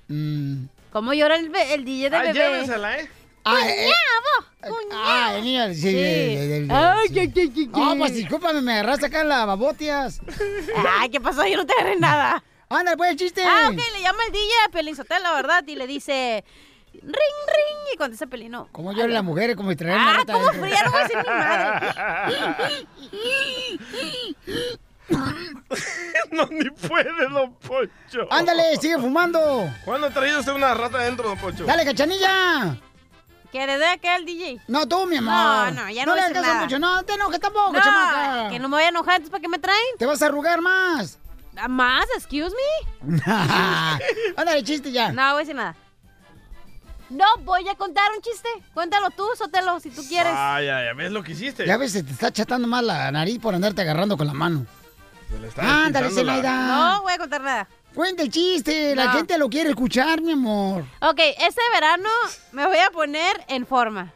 B: Mm.
H: ¿Cómo llora el, be- el DJ de
B: Ay,
H: bebé? Pues,
B: llévensela,
C: ¿eh?
B: Ah, eh,
H: ¡Cuñado!
B: Ah, el niño, sí.
H: Sí.
B: Ay, ay, ay, ay. Ah, pues discúlpame, me agarraste acá en la babotias.
H: Ay, ¿qué pasó? Yo no te agarré nada.
B: Ándale, pues, el chiste.
H: Ah, ok, le llama el DJ a Piolín Sotelo, ¿verdad? Y le dice, ring, ring, y contesta Piolín, no.
B: ¿Cómo lloran las mujeres como si trajeran una
H: Ah,
B: rata
H: ¿cómo
B: adentro?
H: fría? No voy a decir mi madre.
C: no, ni puede, don Pocho.
B: Ándale, sigue fumando.
C: ¿Cuándo ha traído usted una rata adentro, don Pocho?
B: Dale, cachanilla.
H: ¿Que le dé acá el DJ?
B: No, tú, mi amor.
H: No, no, ya no voy
B: le
H: a decir
B: hagas caso
H: nada.
B: mucho, no te enojes tampoco,
H: No,
B: chamaca.
H: que no me voy a enojar, ¿entonces para qué me traen?
B: Te vas a arrugar más. Ah,
H: ¿Ah, ¿Más? ¿Excuse me?
B: Ándale, chiste ya.
H: No, voy a decir nada. No, voy a contar un chiste. Cuéntalo tú, Sotelo, si tú quieres.
C: Ay, ay, ay, ¿ves lo que hiciste?
B: Ya ves, se te está chatando más la nariz por andarte agarrando con la mano.
C: Se le está
B: Ándale,
C: despintando la-
B: Zenaida.
H: No voy a contar nada.
B: Cuenta el chiste, la
H: No.
B: gente lo quiere escuchar, mi amor.
H: Ok, este verano me voy a poner en forma.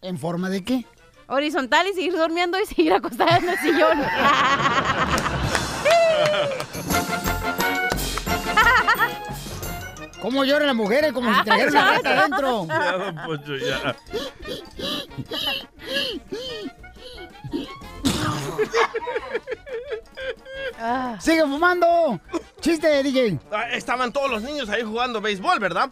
B: ¿En forma de qué?
H: Horizontal y seguir durmiendo y seguir acostada en el sillón.
B: ¿Cómo lloran las mujeres como
H: Ah,
B: si trajeran una rata adentro?
C: Ya, don Pocho, ya.
B: ¡Sigue fumando! ¡Chiste, DJ!
C: Ah, Estaban todos los niños ahí jugando béisbol, ¿verdad?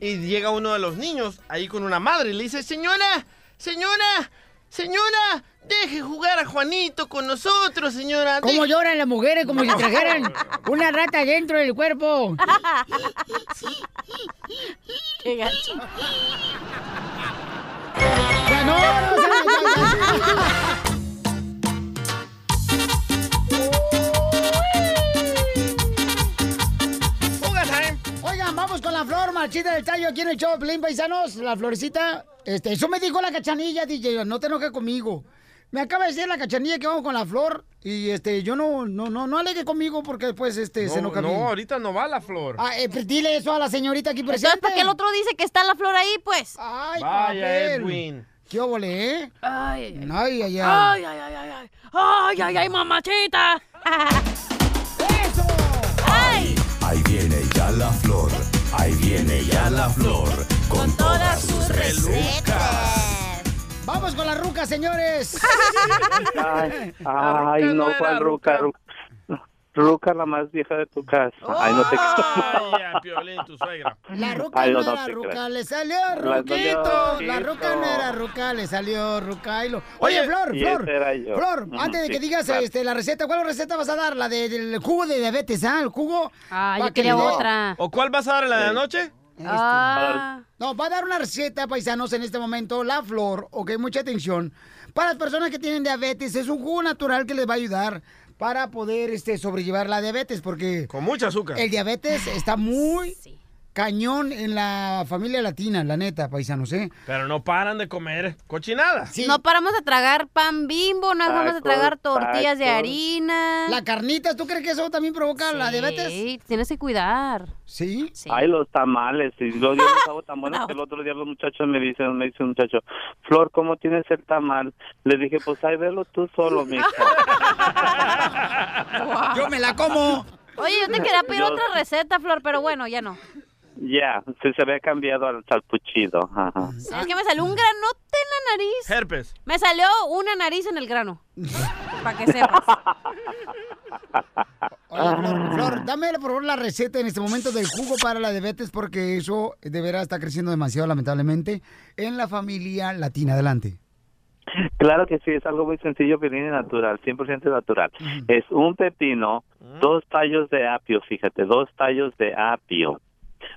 C: Y llega uno de los niños ahí con una madre y le dice, señora, señora, señora, deje jugar a Juanito con nosotros, señora.
B: ¿Cómo
C: deje-".
B: lloran las mujeres como si trajeran una rata dentro del cuerpo?
H: Qué gacho.
B: Ya no, no, ya, ya, ya.
H: ¿eh?
B: Oigan, vamos con la flor marchita del tallo aquí en el show, de Pelín Paisanos. La florecita, este, eso me dijo la cachanilla, DJ, no te enojes conmigo. Me acaba de decir la cachanilla que vamos con la flor y este, yo no, no, no, no alegue conmigo porque después este, se
C: No,
B: enoja a mí.
C: no, ahorita no va la flor.
B: Ah, eh, pero dile eso a la señorita aquí
H: Entonces,
B: presente.
H: ¿para qué el otro dice que está la flor ahí, pues?
B: Ay,
C: Vaya,
B: papel.
C: Edwin.
B: ¿Qué óvole, eh?
H: Ay,
B: ay,
H: Ay,
B: ay.
H: ay, ay, ay, ay. Ay, ay, ay, mamachita.
B: ¡Eso!
H: ¡Ay!
K: Ahí viene ya la flor. Ahí viene ya la flor. Con todas sus relucas.
B: Vamos con la ruca, señores.
Q: Ay, no, cuál ruca, ruca. ruca la más vieja de tu casa. Ay, no te
C: Ay, a Piolín, tu suegra.
B: La ruca
Q: Ay,
B: no
Q: no, no
B: era
Q: te
B: ruca,
Q: creas.
B: le salió
Q: La
B: ruquito.
Q: salió
B: La ruca no
Q: ruquito.
B: era ruca, le salió rucailo. Oye,
Q: Oye,
B: Flor,
Q: y
B: Flor,
Q: ese era yo.
B: Flor,
Q: Ujú,
B: antes de que
Q: sí,
B: digas
Q: claro.
B: este, la receta, ¿cuál receta vas a dar? ¿La de- del jugo de diabetes, ah? ¿El jugo? Ah,
H: yo quería otra.
C: ¿O cuál vas a dar en la de anoche?
B: Ah. No, va a Este, dar una receta, paisanos, en este momento, la flor, ok, mucha atención. Para las personas que tienen diabetes, es un jugo natural que les va a ayudar para poder este, sobrellevar la diabetes, porque...
C: Con mucha azúcar.
B: El diabetes está muy cañón en la familia latina, la neta, paisanos, ¿eh?
C: Pero no paran de comer cochinadas.
H: No paramos de tragar pan bimbo, no dejamos de
C: Tacos,
H: tragar tortillas de
C: tacos.
H: harina.
B: La carnita, ¿tú crees que eso también provoca la diabetes?
H: Sí, tienes que cuidar.
B: ¿Sí?
Q: Ay, los tamales. Y los, yo los hago tan buenos que el otro día los muchachos me dicen, me dice un muchacho, Flor, ¿cómo tienes el tamal? Le dije, pues ahí velo tú solo, mija.
B: Yo me la como.
H: Oye, yo te quería pedir
Q: Yo-
H: otra receta, Flor, pero bueno, ya no.
Q: Ya, sí, se había cambiado al salpuchido. ajá.
B: Ah.
H: Es que me salió un granote en la nariz.
C: Herpes.
H: Me salió una nariz en el grano. Para que sepas.
B: Flor, dame por favor la receta en este momento del jugo para la diabetes, porque eso de veras está creciendo demasiado, lamentablemente, en la familia latina. Adelante.
Q: Claro que sí, es algo muy sencillo, viene natural, 100% natural. Es un pepino, dos tallos de apio, fíjate, dos tallos de apio.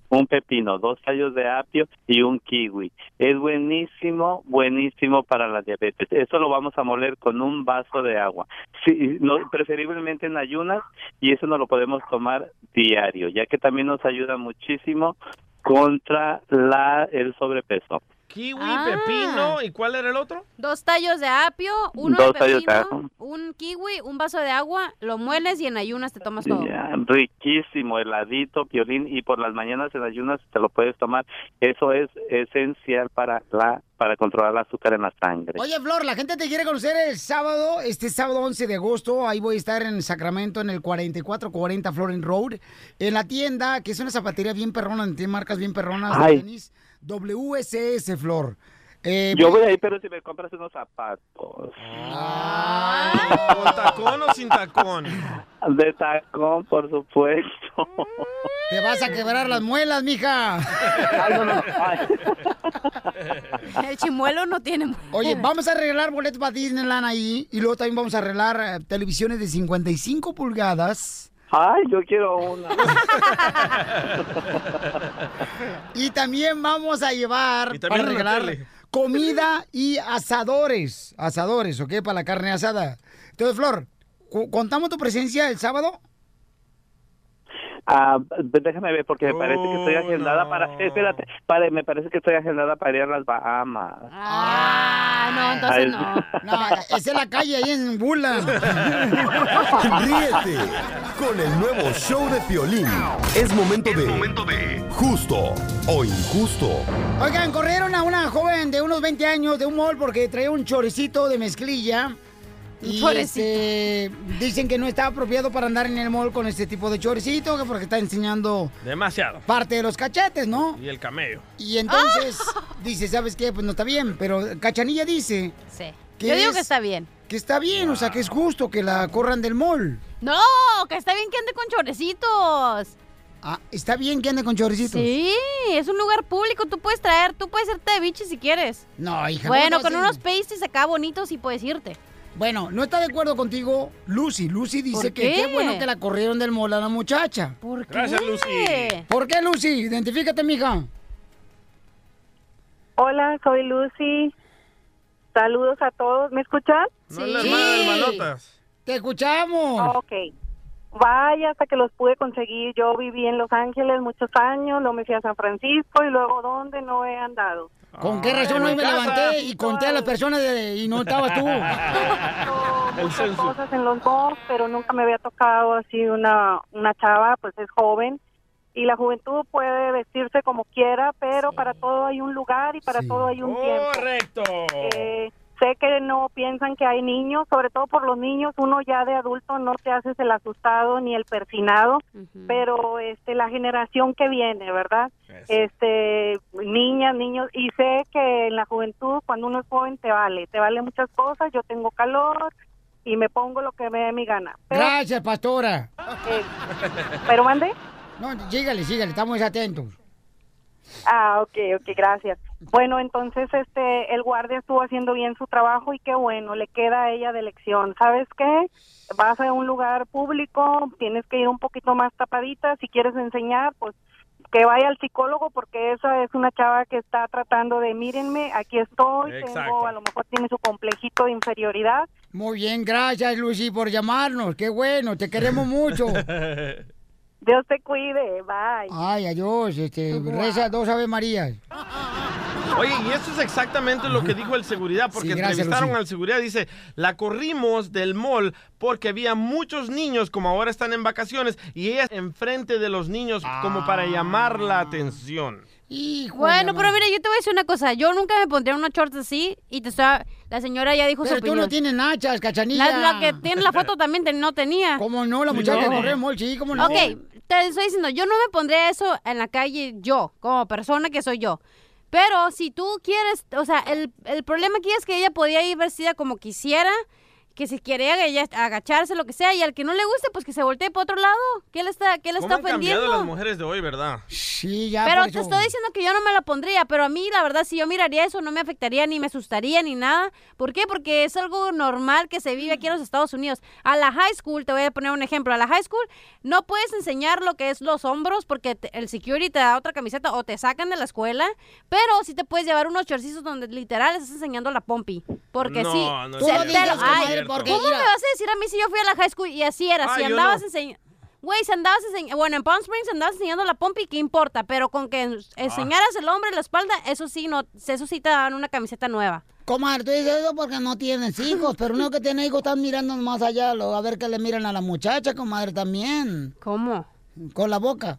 Q: Un pepino, dos tallos de apio y un kiwi. Es buenísimo, buenísimo para la diabetes. Eso lo vamos a moler con un vaso de agua. Sí, no, preferiblemente en ayunas y eso nos lo podemos tomar diario, ya que también nos ayuda muchísimo contra la, el sobrepeso.
C: Kiwi,
H: Ah.
C: pepino, ¿y cuál era el otro?
H: Dos tallos de apio, uno
Q: Dos
H: de
Q: tallos de
H: pepino,
Q: apio.
H: un kiwi, un vaso de agua, lo mueles y en ayunas te tomas todo.
Q: Ya, riquísimo, heladito, violín y por las mañanas en ayunas te lo puedes tomar. Eso es esencial para la para controlar el azúcar en la sangre.
B: Oye, Flor, la gente te quiere conocer el sábado, este sábado 11 de agosto. Ahí voy a estar en Sacramento, en el 4440 Florent Road, en la tienda, que es una zapatería bien perrona, donde tiene marcas bien perronas de
Q: Ay.
B: tenis. WSS, Flor. Eh,
Q: Yo
H: pues
Q: voy ahí, pero si me compras unos zapatos.
H: Ah.
C: ¿Con tacón Ah. o sin tacón?
Q: De tacón, por supuesto.
H: Mm.
B: Te vas a quebrar las muelas, mija.
H: El chimuelo no tiene
B: Oye, vamos a arreglar boletos para Disneyland ahí y luego también vamos a arreglar eh, televisiones de 55 pulgadas.
Q: Ay, yo quiero una.
B: Y también vamos a llevar
C: Y también
B: para
C: una
B: regalar
C: tele.
B: comida y asadores. Asadores, ¿ok? Para la carne asada. Entonces, Flor, cu- ¿contamos tu presencia el sábado?
Q: Ah, déjame ver porque me parece que
C: Oh,
Q: estoy agendada para espérate, para- me parece que estoy agendada para ir a las Bahamas.
H: Ah, no, entonces
Q: Ay.
H: no.
B: No, esa es la calle ahí en Bula.
K: Ríete con el nuevo show de Piolín. Es momento de... Justo o injusto.
B: Oigan, corrieron a una joven de unos 20 años de un mall porque traía un chorecito de mezclilla. Y
H: chorecito.
B: este, dicen que no está apropiado para andar en el mall con este tipo de chorecito que porque está enseñando
C: Demasiado.
B: parte de los cachetes, ¿no?
C: Y el camello. Ah,
B: Y entonces dice, ¿sabes qué? Pues no está bien, pero Cachanilla dice
H: Sí.
B: ¿Qué
H: Yo digo
B: es?
H: que está bien.
B: que está bien, o sea, que es justo que la corran del mall.
H: No, que está bien que ande con chorecitos.
B: Ah, está bien que ande con chorecitos.
H: Sí, es un lugar público, tú puedes traer, tú puedes irte de bichi si quieres.
B: No, hija. ¿cómo
H: bueno,
B: te vas
H: con
B: a-
H: unos pasties acá bonitos sí puedes irte.
B: Bueno, no está de acuerdo contigo Lucy. Lucy dice
H: ¿Por
B: que qué
H: qué?
B: bueno que la corrieron del mall a la muchacha.
H: ¿Por qué?
C: Gracias, Lucy.
B: ¿Por qué, Lucy? Identifícate, mija.
J: Hola, soy Lucy. Saludos a todos. ¿Me escuchan?
C: No es la hermana del manotas.
B: Te escuchamos.
J: Ok. Vaya, hasta que los pude conseguir. Yo viví en Los Ángeles muchos años, luego me fui a San Francisco y luego ¿dónde no he andado?
B: ¿Con qué razón hoy me levanté y conté a las personas de- y no estabas tú?
J: El cosas en los malls, pero nunca me había tocado así una, una chava, pues es joven. Y la juventud puede vestirse como quiera, pero para todo hay un lugar y para todo hay un tiempo.
C: Correcto.
J: Eh, sé que no piensan que hay niños, sobre todo por los niños, uno ya de adulto no te haces el asustado ni el persinado, pero este la generación que viene, ¿verdad? Este niñas, niños y sé que en la juventud cuando uno es joven te vale, te vale muchas cosas, yo tengo calor, y me pongo lo que me dé mi gana. Pero, eh,
B: Gracias, pastora.
J: ¿Pero mande?
B: No, sígale, sígale, estamos atentos.
J: Ah, ok, ok, gracias. Bueno, entonces este, el guardia estuvo haciendo bien su trabajo y qué bueno, le queda a ella de elección. ¿Sabes qué? Vas a un lugar público, tienes que ir un poquito más tapadita, si quieres enseñar, pues que vaya al psicólogo porque esa es una chava que está tratando de mírenme, aquí estoy,
B: Exacto.
J: tengo, a lo mejor tiene su complejito de inferioridad.
B: Muy bien, gracias, Lucy, por llamarnos. Qué bueno, te queremos mucho.
J: Dios te cuide, bye.
B: Ay, adiós, este, reza dos Ave Marías.
C: Oye, y esto es exactamente lo que dijo el seguridad, porque
B: Sí, gracias,
C: entrevistaron
B: Lucy.
C: al seguridad, dice, la corrimos del mall porque había muchos niños, como ahora están en vacaciones, y ella enfrente de los niños como
B: Ah.
C: para llamar la atención.
H: bueno, pero mira, yo te voy a decir una cosa. Yo nunca me pondría unos shorts así y te estoy... La señora ya dijo
B: Pero
H: su
B: tú
H: opinión.
B: no tienes nachas, cachanilla.
H: La, la que tiene la foto también te- no tenía.
B: ¿Cómo no? La muchacha que corre el mall, sí, ¿cómo no?
H: Ok, te estoy diciendo, yo no me pondría eso en la calle yo, como persona que soy yo. Pero si tú quieres, o sea, el, el problema aquí es que ella podía ir vestida como quisiera, que si quiere ag- ella agacharse, lo que sea, y al que no le guste, pues que se voltee para otro lado. ¿Qué le está, qué le
C: ¿Cómo
H: está
C: han cambiado las
H: ofendiendo?
C: mujeres de hoy, verdad?
B: Sí, ya.
H: Pero te estoy diciendo que pues, yo no me la pondría, pero a mí la verdad si yo miraría eso no me afectaría ni me asustaría ni nada. ¿Por qué? Porque es algo normal que se vive aquí en los Estados Unidos. A la high school, te voy a poner un ejemplo, a la high school no puedes enseñar lo que es los hombros porque te- el security te da otra camiseta o te sacan de la escuela, pero sí te puedes llevar unos chorcitos donde literal estás enseñando la pompi. Porque
R: No,
H: sí,
R: no es
H: se
R: cierto,
H: te lo-
R: no es
H: Ay,
R: cierto.
H: ¿Cómo
R: Porque
H: me
R: mira-
H: vas a decir a mí si yo fui a la high school y así era?
R: Ah,
H: si
R: yo
H: andabas
R: no.
H: enseñando... Güey, si andabas enseñando, bueno, en Palm Springs andabas enseñando la pompi, ¿qué importa? Pero con que ens-
B: Ah.
H: enseñaras el hombre la espalda, eso sí, no, eso sí te daban una camiseta nueva.
B: Comadre, tú dices eso porque no tienes hijos, pero uno que tiene hijos están mirando más allá, lo- a ver qué le miran a la muchacha, comadre, también.
H: ¿Cómo?
B: Con la boca.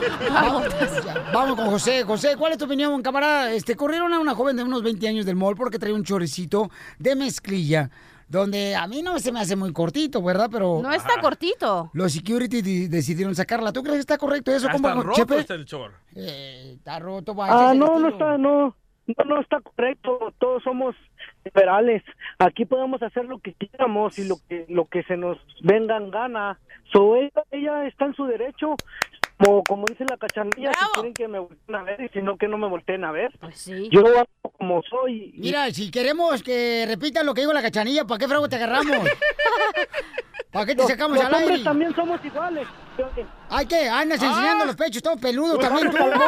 B: Ya, Vamos con José. José, ¿cuál es tu opinión, camarada? Este, corrieron a una joven de unos 20 años del mall porque traía un choricito de mezclilla, donde a mí no se me hace muy cortito, ¿verdad? Pero...
H: No está cortito.
B: Los security de- decidieron sacarla. ¿Tú crees que está correcto eso,
C: Ah,
B: compa,
C: está roto
B: Chepe?
C: está el chor.
B: Eh, está roto, va, ese
R: Ah,
B: es el
R: no, no
B: estilo.
R: está, no, no, no está correcto. Todos somos liberales. Aquí podemos hacer lo que queramos y lo que lo que se nos vengan gana. So, ella, ella está en su derecho. Como, como dice la cachanilla, si quieren que me volteen a ver y si no, que no me volteen a ver. Yo hago como soy. y-
B: Mira, si queremos que repitan lo que digo la cachanilla, ¿para qué frago te agarramos? ¿Para qué te
R: Los-
B: sacamos
R: los
B: al aire?
R: hombres también somos iguales.
B: Ay, ¿qué? Andas enseñando los pechos, todo peludo
R: Los
B: también tú.
R: hombres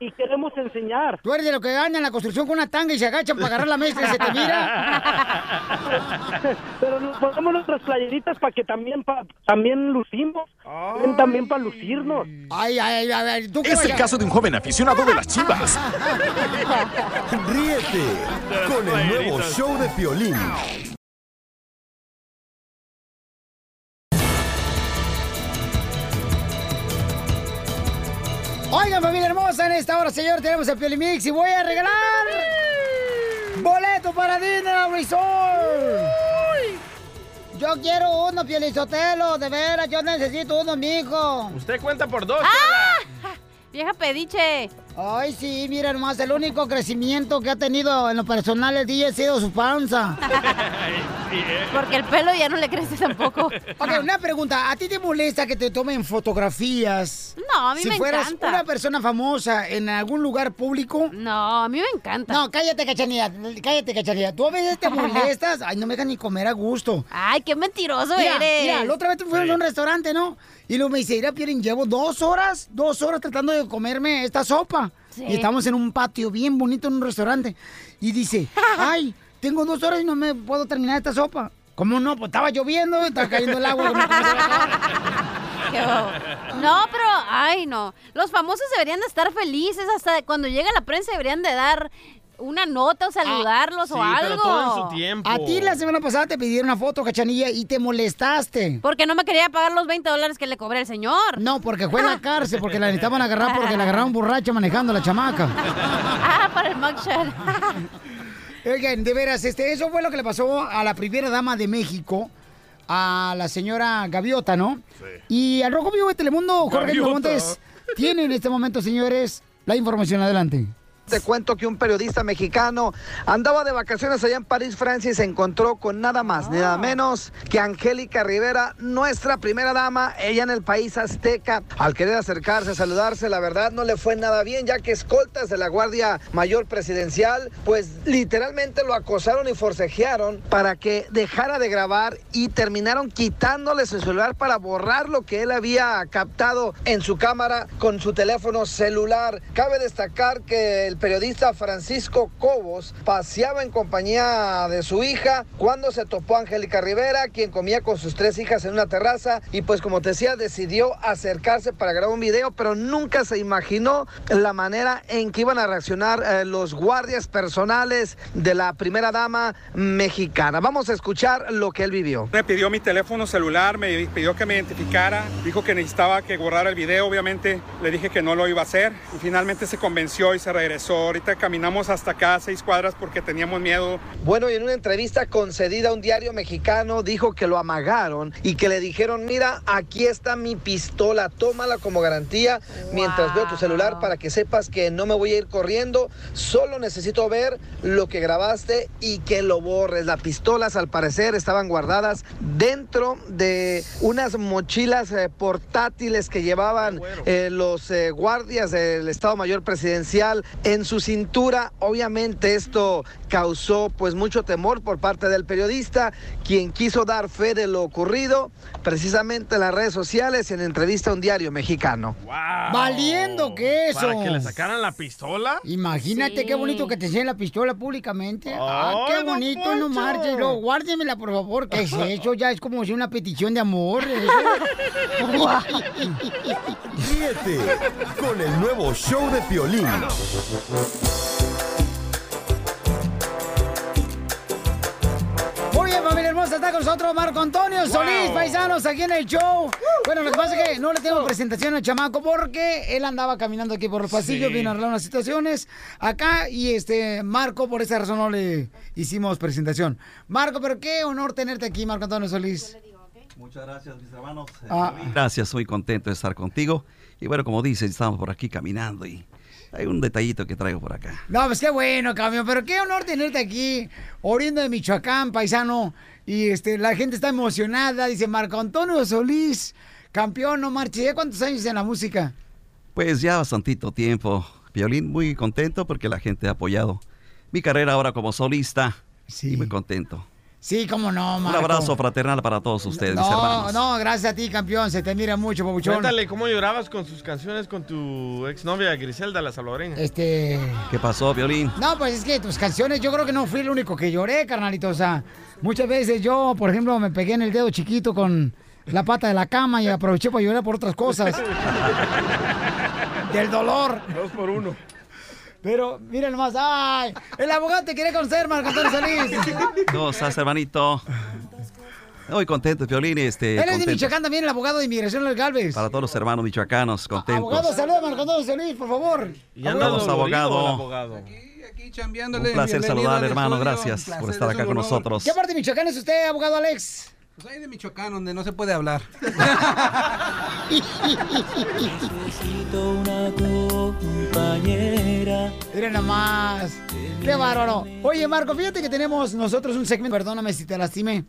R: Y queremos enseñar.
B: Tú eres de los que andan en la construcción con una tanga y se agachan para agarrar la mesa y se te mira.
R: Pero nos ponemos nuestras playeritas para que también pa- también lucimos. También para lucirnos.
B: Ay, ay, ay, ay, tú
S: Es el caso de un joven aficionado de las chivas. Ríete con el nuevo show de Piolín.
B: Oigan, familia hermosa, en esta hora, señor, tenemos el Piolimix y voy a regalar boleto para Dinner Resort. Yo quiero uno, Piolisotelo, de veras, yo necesito uno, mijo.
C: Usted cuenta por
H: ¡Ah!
C: dos.
B: Vieja pediche. Ay, sí, mira nomás, el único crecimiento que ha tenido en lo personal el DJ ha sido su panza.
H: Porque el pelo ya no le crece tampoco.
B: Ok, una pregunta. ¿A ti te molesta que te tomen fotografías?
H: No, a mí
B: si
H: me
B: fueras
H: encanta.
B: una persona famosa en algún lugar público.
H: No, a mí me encanta.
B: No, cállate, cachanilla. Cállate, cachanilla. Tú a veces te molestas. Ay, no me dejan ni comer a gusto.
H: Ay, qué mentiroso
B: mira,
H: eres.
B: Mira, la otra vez fuimos a un restaurante, ¿no? Y luego me dice, mira, Pierin, llevo dos horas, dos horas tratando de comerme esta sopa.
H: Sí.
B: Y estamos en un patio bien bonito en un restaurante. Y dice, ay, tengo dos horas y no me puedo terminar esta sopa. ¿Cómo no? Pues estaba lloviendo, estaba cayendo el agua. ¿cómo te-
H: Qué bobo. No, pero, ay, no. Los famosos deberían de estar felices. Hasta cuando llega la prensa deberían de dar una nota o
B: Ah,
H: saludarlos o algo.
B: A ti la semana pasada te pidieron una foto, cachanilla, y te molestaste.
H: Porque no me quería pagar los 20 dólares que le cobré el señor.
B: No, porque fue a la cárcel, porque la necesitaban agarrar, porque la agarraron borracha manejando la chamaca.
H: Ah, para el mugshot.
B: Oigan, de veras, este, eso fue lo que le pasó a la primera dama de México, a la señora Gaviota, ¿no? Y al Rojo Vivo de Telemundo, Jorge
R: Gaviota.
B: Montes tiene en este momento, señores, la información. Adelante.
E: Te cuento que un periodista mexicano andaba de vacaciones allá en París, Francia y se encontró con nada más, ni nada menos que Angélica Rivera, nuestra primera dama, ella en el país azteca. Al querer acercarse, saludarse, la verdad no le fue nada bien, ya que escoltas de la Guardia Mayor Presidencial, pues literalmente lo acosaron y forcejearon para que dejara de grabar y terminaron quitándole su celular para borrar lo que él había captado en su cámara con su teléfono celular. Cabe destacar que el periodista Francisco Cobos paseaba en compañía de su hija cuando se topó a Angélica Rivera, quien comía con sus tres hijas en una terraza y pues como te decía decidió acercarse para grabar un video, pero nunca se imaginó la manera en que iban a reaccionar eh, los guardias personales de la primera dama mexicana. Vamos a escuchar lo que él vivió.
L: Me pidió mi teléfono celular, me pidió que me identificara, dijo que necesitaba que borrara el video, obviamente le dije que no lo iba a hacer y finalmente se convenció y se regresó. Ahorita caminamos hasta acá, seis cuadras, porque teníamos miedo.
E: Bueno, y en una entrevista concedida a un diario mexicano dijo que lo amagaron y que le dijeron, mira, aquí está mi pistola, tómala como garantía mientras veo tu celular para que sepas que no me voy a ir corriendo, solo necesito ver lo que grabaste y que lo borres. Las pistolas al parecer estaban guardadas dentro de unas mochilas eh, portátiles que llevaban eh, los eh, guardias del Estado Mayor Presidencial en su cintura. Obviamente esto causó pues mucho temor por parte del periodista, quien quiso dar fe de lo ocurrido precisamente en las redes sociales en entrevista a un diario mexicano.
B: Valiendo que eso.
C: ¿Para que le sacaran la pistola?
B: Imagínate qué bonito que te enseñen la pistola públicamente. ah,
C: Ay,
B: qué
C: don
B: bonito, no
C: Poncho.
B: marches. No, guárdemela, por favor. ¿Qué es eso? Ya es como si una petición de amor. ¿eh? eso. Guay.
S: Ríete con el nuevo show de Piolín.
B: Muy bien, familia hermosa, está con nosotros Marco Antonio Solís, paisanos, aquí en el show. Bueno, lo que pasa es que no le tengo presentación al chamaco porque él andaba caminando aquí por los pasillos,
T: Sí.
B: vino a arreglar unas situaciones acá y este Marco, por esa razón no le hicimos presentación. Marco, pero qué honor tenerte aquí, Marco Antonio Solís.
U: Muchas gracias, mis hermanos.
B: Ah,
V: Gracias, muy contento de estar contigo. Y bueno, como dices, estamos por aquí caminando y hay un detallito que traigo por acá.
B: no, pues qué bueno, cambio, pero qué honor tenerte aquí, oriundo de Michoacán, paisano. Y este, la gente está emocionada, dice Marco Antonio Solís, campeón, no marche. ¿Ya cuántos años en la música?
V: Pues ya bastantito tiempo, Violín, muy contento porque la gente ha apoyado mi carrera ahora como solista.
B: Sí.
V: Y muy contento.
B: Sí, cómo no,
V: Un
B: Marco.
V: abrazo fraternal para todos ustedes, Eh, mis hermanos.
B: No, no, gracias a ti, campeón. Se te mira mucho, papuchón.
C: Cuéntale cómo llorabas con sus canciones con tu exnovia Griselda, la salvadoreña.
B: Este.
V: ¿Qué pasó, Violín?
B: No, pues es que tus canciones, yo creo que no fui el único que lloré, carnalito. O sea, muchas veces yo, por ejemplo, me pegué en el dedo chiquito con la pata de la cama y aproveché para llorar por otras cosas. Del dolor.
C: Dos por uno.
B: Pero, miren nomás, ¡ay! El abogado te quiere conocer, Marco Antonio Solís.
V: ¿Cómo estás, hermanito? Muy contento, Violín. Este,
B: Él es de
V: contento.
B: Michoacán también, el abogado de Inmigración del Galvez.
V: Para todos los hermanos michoacanos, contentos.
B: Abogado, saluda a Marco Antonio Solís, por favor.
V: Vamos, abogado. Un placer saludar, hermano. Gracias por estar acá con nosotros.
B: ¿Qué parte de Michoacán es usted, abogado Alex?
W: Soy de Michoacán, donde no se puede hablar.
B: Necesito una compañera. Miren nomás. Qué bárbaro. Oye, Marco, fíjate que tenemos nosotros un segmento. Perdóname si te lastimé.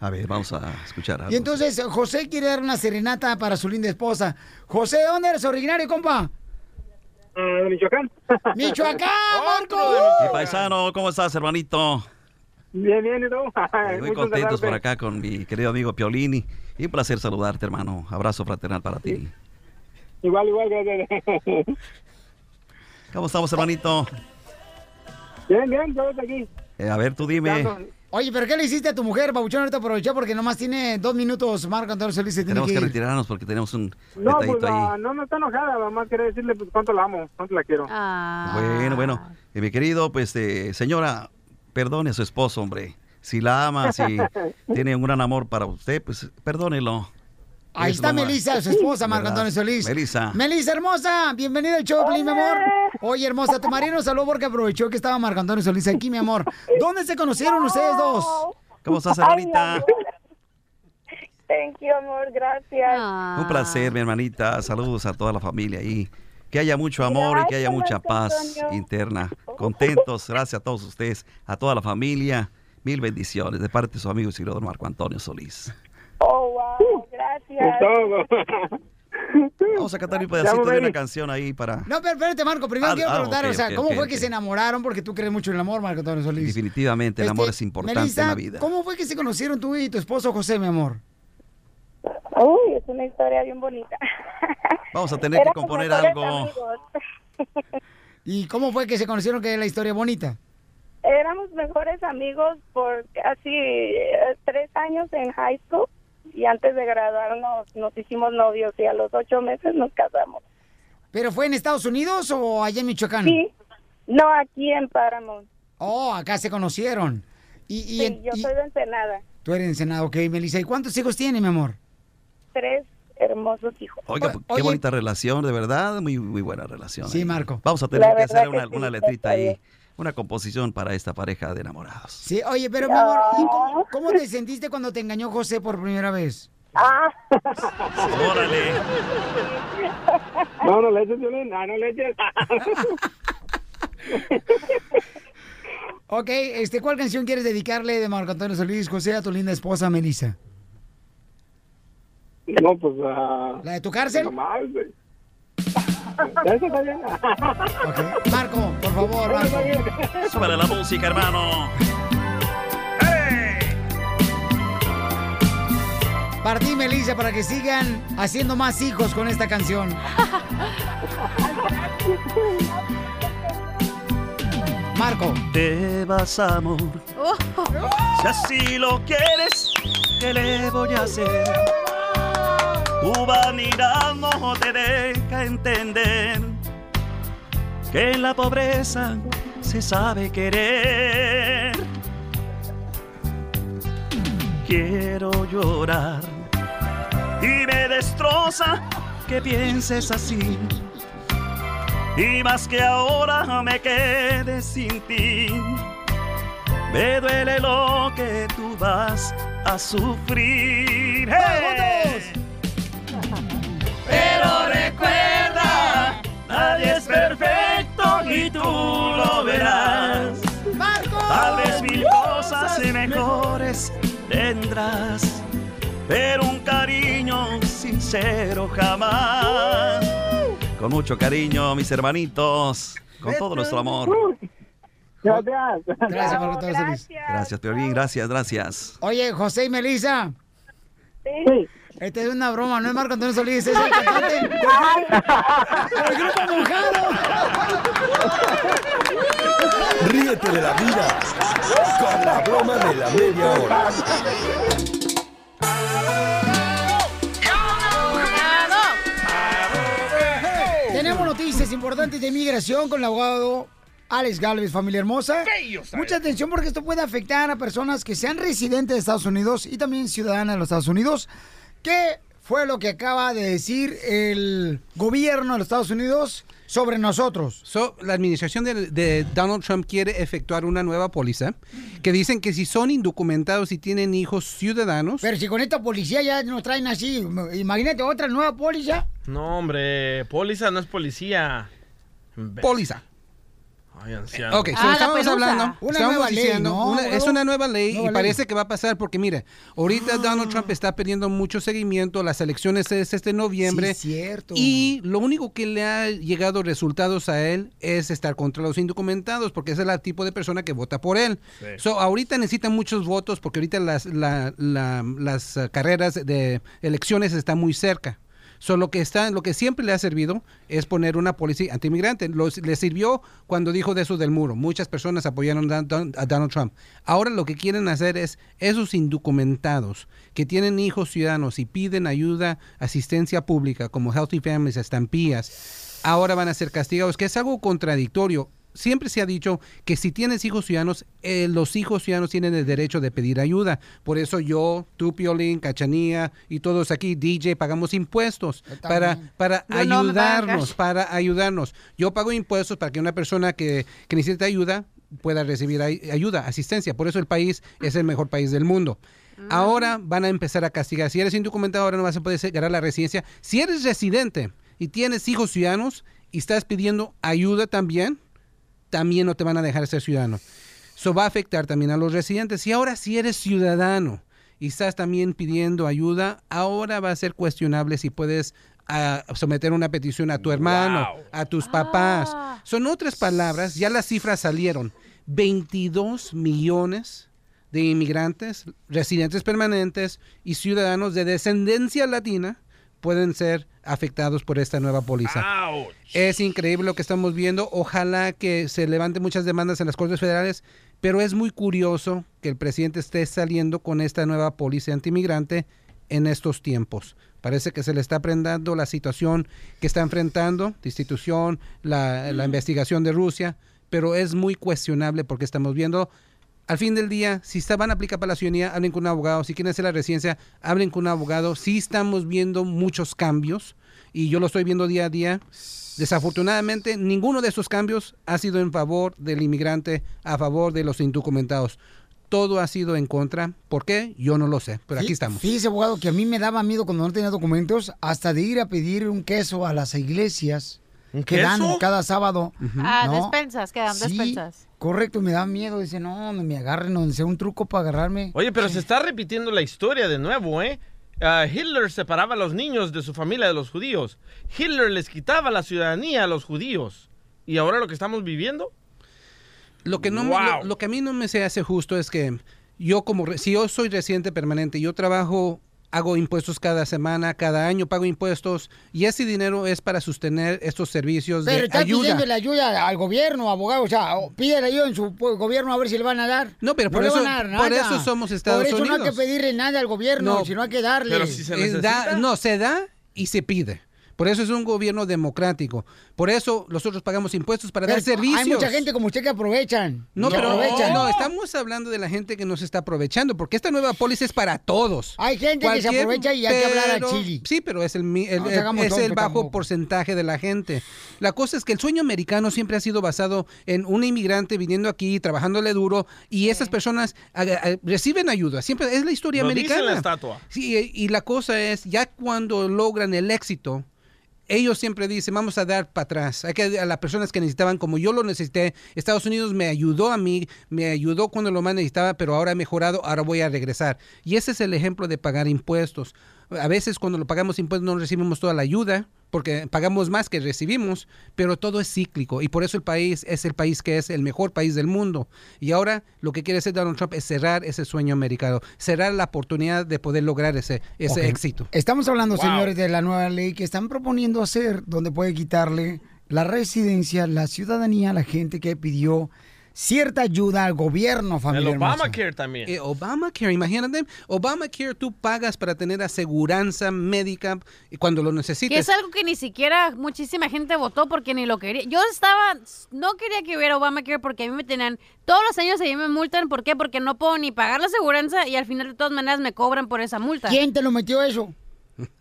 V: A ver, vamos a escuchar algo.
B: Y entonces José quiere dar una serenata para su linda esposa. José, ¿de dónde eres originario, compa?
W: Eh, de Michoacán.
B: ¡Michoacán, Marco!
V: Mi paisano, ¿cómo estás, hermanito?
W: Bien, bien, ¿y tú?
V: Muy contentos por acá con mi querido amigo Piolini. Y un placer saludarte, hermano. Abrazo fraternal para ti.
W: Igual, igual, gracias.
V: ¿Cómo estamos, hermanito?
W: Bien, bien, todos aquí.
V: Eh, a ver, tú dime.
B: Oye, ¿pero qué le hiciste a tu mujer, Babuchón? Ahorita aprovecha porque nomás tiene dos minutos, Marco Antonio Solís. Se tiene
V: Tenemos
B: que
V: que
B: ir.
V: retirarnos porque tenemos un
W: No, pues
V: detallito ahí.
W: ah, no, no está enojada, mamá quiere decirle pues, cuánto la amo, cuánto la quiero.
B: Ah.
V: Bueno, bueno. Eh, mi querido, pues, eh, señora, perdone a su esposo, hombre. Si la ama, si tiene un gran amor para usted, pues perdónelo.
B: Ahí
V: Es
B: está
V: lo más-
B: Melissa, su esposa, Marco
V: ¿Verdad?
B: Antonio Solís.
V: Melissa.
B: Melissa, hermosa, bienvenida al show, Piolín, mi amor. Oye, hermosa, tu marido nos saludó porque aprovechó que estaba Marco Antonio Solís aquí, mi amor. ¿Dónde se conocieron ustedes dos?
V: ¿Cómo estás, hermanita?
X: Thank you, amor, gracias.
V: Ah. Un placer, mi hermanita. Saludos a toda la familia ahí. Que haya mucho amor y que haya mucha paz interna. Contentos, gracias a todos ustedes, a toda la familia. Mil bendiciones de parte de su amigo Isidoro Marco Antonio Solís.
A: Oh,
W: Uh.
A: wow, gracias.
V: Vamos a cantar un pedacito de una canción ahí para...
B: No, pero espérate, Marco. Primero
V: Ah,
B: quiero
V: ah,
B: preguntar,
V: ok,
B: o sea,
V: ok,
B: ¿cómo
V: ok,
B: fue que
V: ok.
B: se enamoraron? Porque tú crees mucho en el amor, Marco Antonio Solís.
V: Definitivamente, el
B: Este,
V: amor es importante en
B: Melissa,
V: la vida.
B: ¿cómo fue que se conocieron tú y tu esposo José, mi amor?
A: Uy, es una historia bien bonita.
V: Vamos a tener que
A: Éramos
V: componer
A: mejores
V: algo.
A: amigos.
B: ¿Y cómo fue que se conocieron que es la historia bonita?
A: Éramos mejores amigos por casi eh, tres años en high school y antes de graduarnos nos hicimos novios y a los ocho meses nos casamos.
B: ¿Pero fue en Estados Unidos o allá en Michoacán?
A: Sí, no, aquí en Paramount.
B: Oh, acá se conocieron. Y, y
A: Sí,
B: en-
A: yo
B: y-
A: soy de Ensenada,
B: tú eres ensenado, ok, Melissa. ¿Y cuántos hijos tiene, mi amor?
A: tres hermosos hijos.
V: Oiga, qué
B: oye.
V: bonita relación, de verdad, muy, muy buena relación.
B: Sí,
V: ahí.
B: Marco.
V: Vamos a tener
B: La
V: que
B: verdad
V: hacer
B: que
V: una,
B: sí,
V: una
B: está
V: letrita ahí,
B: bien.
V: una composición para esta pareja de enamorados.
B: Sí, oye, pero mi amor, ¿y cómo, cómo te sentiste cuando te engañó José por primera vez?
A: Ah.
V: Órale.
W: No, no le eches, Violín, ah, no le eches.
B: Ok, este, ¿cuál canción quieres dedicarle de Marco Antonio Solís, José, a tu linda esposa, Melissa?
W: No, pues. ah,
B: ¿La de tu cárcel?
W: nomás, güey. Eso está bien.
B: Marco, por favor, Marco.
V: Súbale la música, hermano.
B: Para ti, Melissa, para que sigan haciendo más hijos con esta canción. Marco.
F: Te vas, amor. Si así lo quieres, ¿qué le voy a hacer? Tu vanidad no te deja entender que en la pobreza se sabe querer. Quiero llorar y me destroza que pienses así. Y más que ahora me quede sin ti. Me duele lo que tú vas a sufrir. ¡Hey! Pero recuerda, nadie es perfecto y tú lo verás. Tal vez
B: Uh,
F: mil cosas mejores tendrás, pero un cariño sincero jamás.
V: Con mucho cariño, mis hermanitos. Con todo nuestro amor.
W: Gracias.
B: Gracias, Marco Antonio Solís.
V: Gracias, Teorín. Gracias, gracias.
B: Oye, José y Melissa. Esta es una broma, no es Marco Antonio Solís, es el cantante. del grupo- del grupo mojado.
S: Ríete de la vida con la broma de la media hora.
B: Tenemos noticias importantes de migración con el abogado Alex Galvez, familia hermosa. Mucha atención porque esto puede afectar a personas que sean residentes de Estados Unidos y también ciudadanas de los Estados Unidos. ¿Qué fue lo que acaba de decir el gobierno de los Estados Unidos sobre nosotros?
T: So, la administración de, de Donald Trump quiere efectuar una nueva póliza que dicen que si son indocumentados y tienen hijos ciudadanos.
B: Pero si con esta policía ya nos traen así, imagínate otra nueva póliza.
C: No, hombre, póliza no es policía. Imbécil.
T: Póliza.
C: Ay, anciano.
T: Ok, so estábamos hablando,
B: Ah, Una
T: estábamos
B: nueva ley,
T: diciendo,
B: ¿no,
T: una- es
B: abogado?
T: una nueva ley
B: Nueva
T: y
B: ley. Ah.
T: parece que va a pasar porque mira, ahorita Donald Trump está perdiendo mucho seguimiento, las elecciones es este noviembre
B: Sí, cierto.
T: y lo único que le ha llegado resultados a él es estar contra los indocumentados porque ese es el tipo de persona que vota por él.
X: Sí.
T: So, ahorita necesitan muchos votos porque ahorita las, la- la- las eh, carreras de elecciones están muy cerca. So, lo que está, lo que siempre le ha servido es poner una policía antimigrante. Los- Le sirvió cuando dijo de eso del muro. Muchas personas apoyaron a Don- a Donald Trump. Ahora lo que quieren hacer es esos indocumentados que tienen hijos ciudadanos y piden ayuda, asistencia pública, como Healthy Families, estampillas, ahora van a ser castigados, que es algo contradictorio. Siempre se ha dicho que si tienes hijos ciudadanos, eh, los hijos ciudadanos tienen el derecho de pedir ayuda. Por eso yo, tú, Piolín, Cachanía y todos aquí, DJ, pagamos impuestos para, para
Y: Yo no me pagas.
T: ayudarnos, para ayudarnos. Yo pago impuestos para que una persona que, que necesita ayuda pueda recibir ay- ayuda, asistencia. Por eso el país es el mejor país del mundo.
Y: Ah.
T: Ahora van a empezar a castigar. Si eres indocumentado, ahora no vas a poder se- ganar la residencia. Si eres residente y tienes hijos ciudadanos y estás pidiendo ayuda también, también no te van a dejar ser ciudadano. Eso va a afectar también a los residentes. Y ahora si eres ciudadano y estás también pidiendo ayuda, ahora va a ser cuestionable si puedes ah, someter una petición a tu hermano,
F: Wow.
T: a tus papás. Son otras palabras, ya las cifras salieron. 22 millones de inmigrantes, residentes permanentes y ciudadanos de descendencia latina pueden ser afectados por esta nueva
S: Ah,
T: póliza. Es increíble lo que estamos viendo. Ojalá que se levanten muchas demandas en las Cortes Federales, pero es muy curioso que el presidente esté saliendo con esta nueva póliza antimigrante en estos tiempos. Parece que se le está aprendiendo la situación que está enfrentando, la institución, la, la investigación de Rusia, pero es muy cuestionable porque estamos viendo, al fin del día, si está- van a aplicar para la ciudadanía, hablen con un abogado, si quieren hacer la residencia, hablen con un abogado, sí estamos viendo muchos cambios y yo lo estoy viendo día a día. Desafortunadamente, ninguno de esos cambios ha sido en favor del inmigrante, a favor de los indocumentados. Todo ha sido en contra. ¿Por qué? Yo no lo sé, pero aquí estamos.
B: Fíjese, abogado, que a mí me daba miedo cuando no tenía documentos hasta de ir a pedir un queso a las iglesias que dan
I: queso?
B: cada sábado.
I: Ah,
B: ¿no?
I: despensas, quedan
B: Sí,
I: despensas.
B: Correcto, me da miedo. Dice, no, no me agarren, no sé, un truco para agarrarme.
C: Oye, pero se está repitiendo la historia de nuevo, ¿eh? Ah, Hitler separaba a los niños de su familia de los judíos. Hitler les quitaba la ciudadanía a los judíos. ¿Y ahora lo que estamos viviendo?
T: Lo que, no me-
C: Wow.
T: lo, lo que a mí no me se hace justo es que yo como, re- si yo soy residente permanente, yo trabajo, hago impuestos cada semana, cada año pago impuestos y ese dinero es para sostener estos servicios
B: Pero
T: Pues de
B: está
T: ayuda.
B: pidiéndole ayuda al gobierno, abogado. O sea, o- pídele ayuda en su pu- gobierno a ver si le van a dar.
T: No, pero por
B: le
T: eso-
B: van a dar
T: por
B: nada.
T: eso somos Estados
B: Por eso no hay
T: Unidos.
B: que pedirle nada al gobierno,
T: No.
B: sino hay que darle.
T: Eh, da- no, se da y se pide. Por eso es un gobierno democrático. Por eso nosotros pagamos impuestos para
B: Pero
T: dar servicios.
B: Hay mucha gente como usted que aprovechan.
T: No,
B: que
T: pero
B: aprovechan.
T: no, estamos hablando de la gente que no se está aprovechando, porque esta nueva póliza es para todos.
B: Hay gente que se aprovecha y hay que hablar al
T: pero-
B: chile.
T: Sí, pero es el, mi- el-
B: No
T: el-
B: hagamos
T: es el
B: tonto
T: bajo
B: tampoco.
T: porcentaje de la gente. La cosa es que el sueño americano siempre ha sido basado en un inmigrante viniendo aquí, trabajándole duro, y esas personas ah, ah, reciben ayuda. Siempre es la historia
C: Lo dice
T: americana.
C: la estatua.
T: Sí, y la cosa es, ya cuando logran el éxito, ellos siempre dicen, vamos a dar para atrás. Hay que a las personas que necesitaban, como yo lo necesité. Estados Unidos me ayudó a mí, me ayudó cuando lo más necesitaba, pero ahora he mejorado, ahora voy a regresar. Y ese es el ejemplo de pagar impuestos. A veces cuando lo pagamos impuestos no recibimos toda la ayuda, porque pagamos más que recibimos, pero todo es cíclico. Y por eso el país es el país que es el mejor país del mundo. Y ahora lo que quiere hacer Donald Trump es cerrar ese sueño americano, cerrar la oportunidad de poder lograr ese, ese
B: Ok.
T: éxito.
B: Estamos hablando,
T: Wow.
B: señores, de la nueva ley que están proponiendo hacer, donde puede quitarle la residencia, la ciudadanía a la gente que pidió cierta ayuda al gobierno,
C: El
B: familia. hermosa.
C: Obamacare también.
T: Eh, Obamacare, imagínate, Obamacare tú pagas para tener aseguranza médica y cuando lo
I: Que
T: necesites.
I: es algo que ni siquiera muchísima gente votó porque ni lo quería. Yo estaba, no quería que hubiera Obamacare porque a mí me tenían, todos los años a mí me multan. ¿Por qué? Porque no puedo ni pagar la aseguranza y al final de todas maneras me cobran por esa multa.
B: ¿Quién te lo metió eso?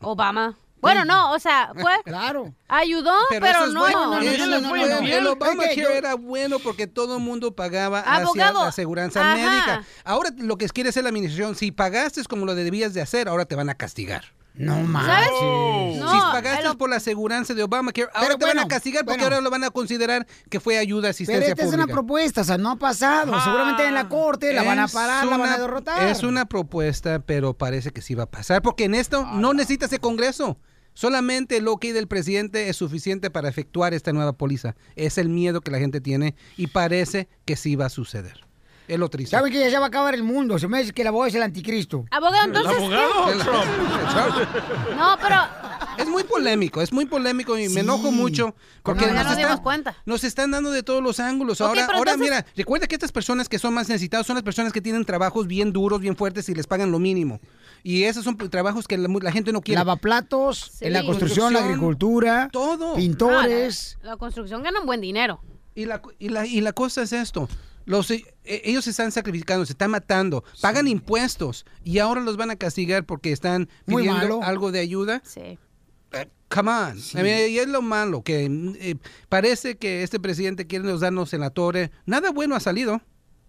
I: Obama. Bueno, no, o sea, fue...
B: Claro.
I: Ayudó, pero,
T: eso es
I: no.
T: bueno, eso es bueno. El
I: Es
T: Obamacare
I: que yo-
T: era bueno porque todo el mundo pagaba hacia
I: Abogado,
T: la aseguranza
I: ajá.
T: médica. Ahora lo que quiere hacer la administración, si pagaste es como lo debías de hacer, ahora te van a castigar.
B: No
T: más.
I: ¿Sabes? No,
T: si pagaste por la aseguranza de Obamacare, ahora te van a castigar porque ahora lo van a considerar que fue ayuda
B: Pero
T: asistencia
B: esta es una
T: pública. Ah,
B: propuesta, o sea, no ha pasado. Seguramente en la corte la van a
T: Es
B: parar, la van a
T: una-
B: derrotar.
T: Es una propuesta, pero parece que sí va a pasar, porque en esto no necesita ese Congreso. Solamente el ok del presidente es suficiente para efectuar esta nueva póliza. Es el miedo que la gente tiene y parece que sí va a suceder. Es lo triste.
B: Saben que ya se va a acabar el mundo. Se me dice que la voz es el anticristo.
I: Abogado, entonces... ¿qué? No, pero...
T: Es muy polémico, es muy polémico y me enojo mucho porque
I: No, ya
T: nos,
I: nos dimos
T: están,
I: cuenta.
T: nos están dando de todos los ángulos.
I: Ok,
T: ahora,
I: pero
T: ahora
I: entonces-
T: mira, recuerda que estas personas que son más necesitadas son las personas que tienen trabajos bien duros, bien fuertes y les pagan lo mínimo. Y esos son trabajos que la, la gente no quiere.
B: Lavaplatos, En la construcción, la agricultura,
T: todo.
B: pintores.
I: La construcción gana un buen dinero.
T: Y la, y la, y la cosa es esto. Los, eh, ellos se están sacrificando, se están matando, pagan impuestos y ahora los van a castigar porque están
B: Muy
T: pidiendo
B: malo.
T: algo de ayuda.
I: Sí.
T: Eh, Come on. I mean, y es lo malo, que mm, eh, parece que este presidente quiere nos darnos en la torre. Nada bueno ha salido.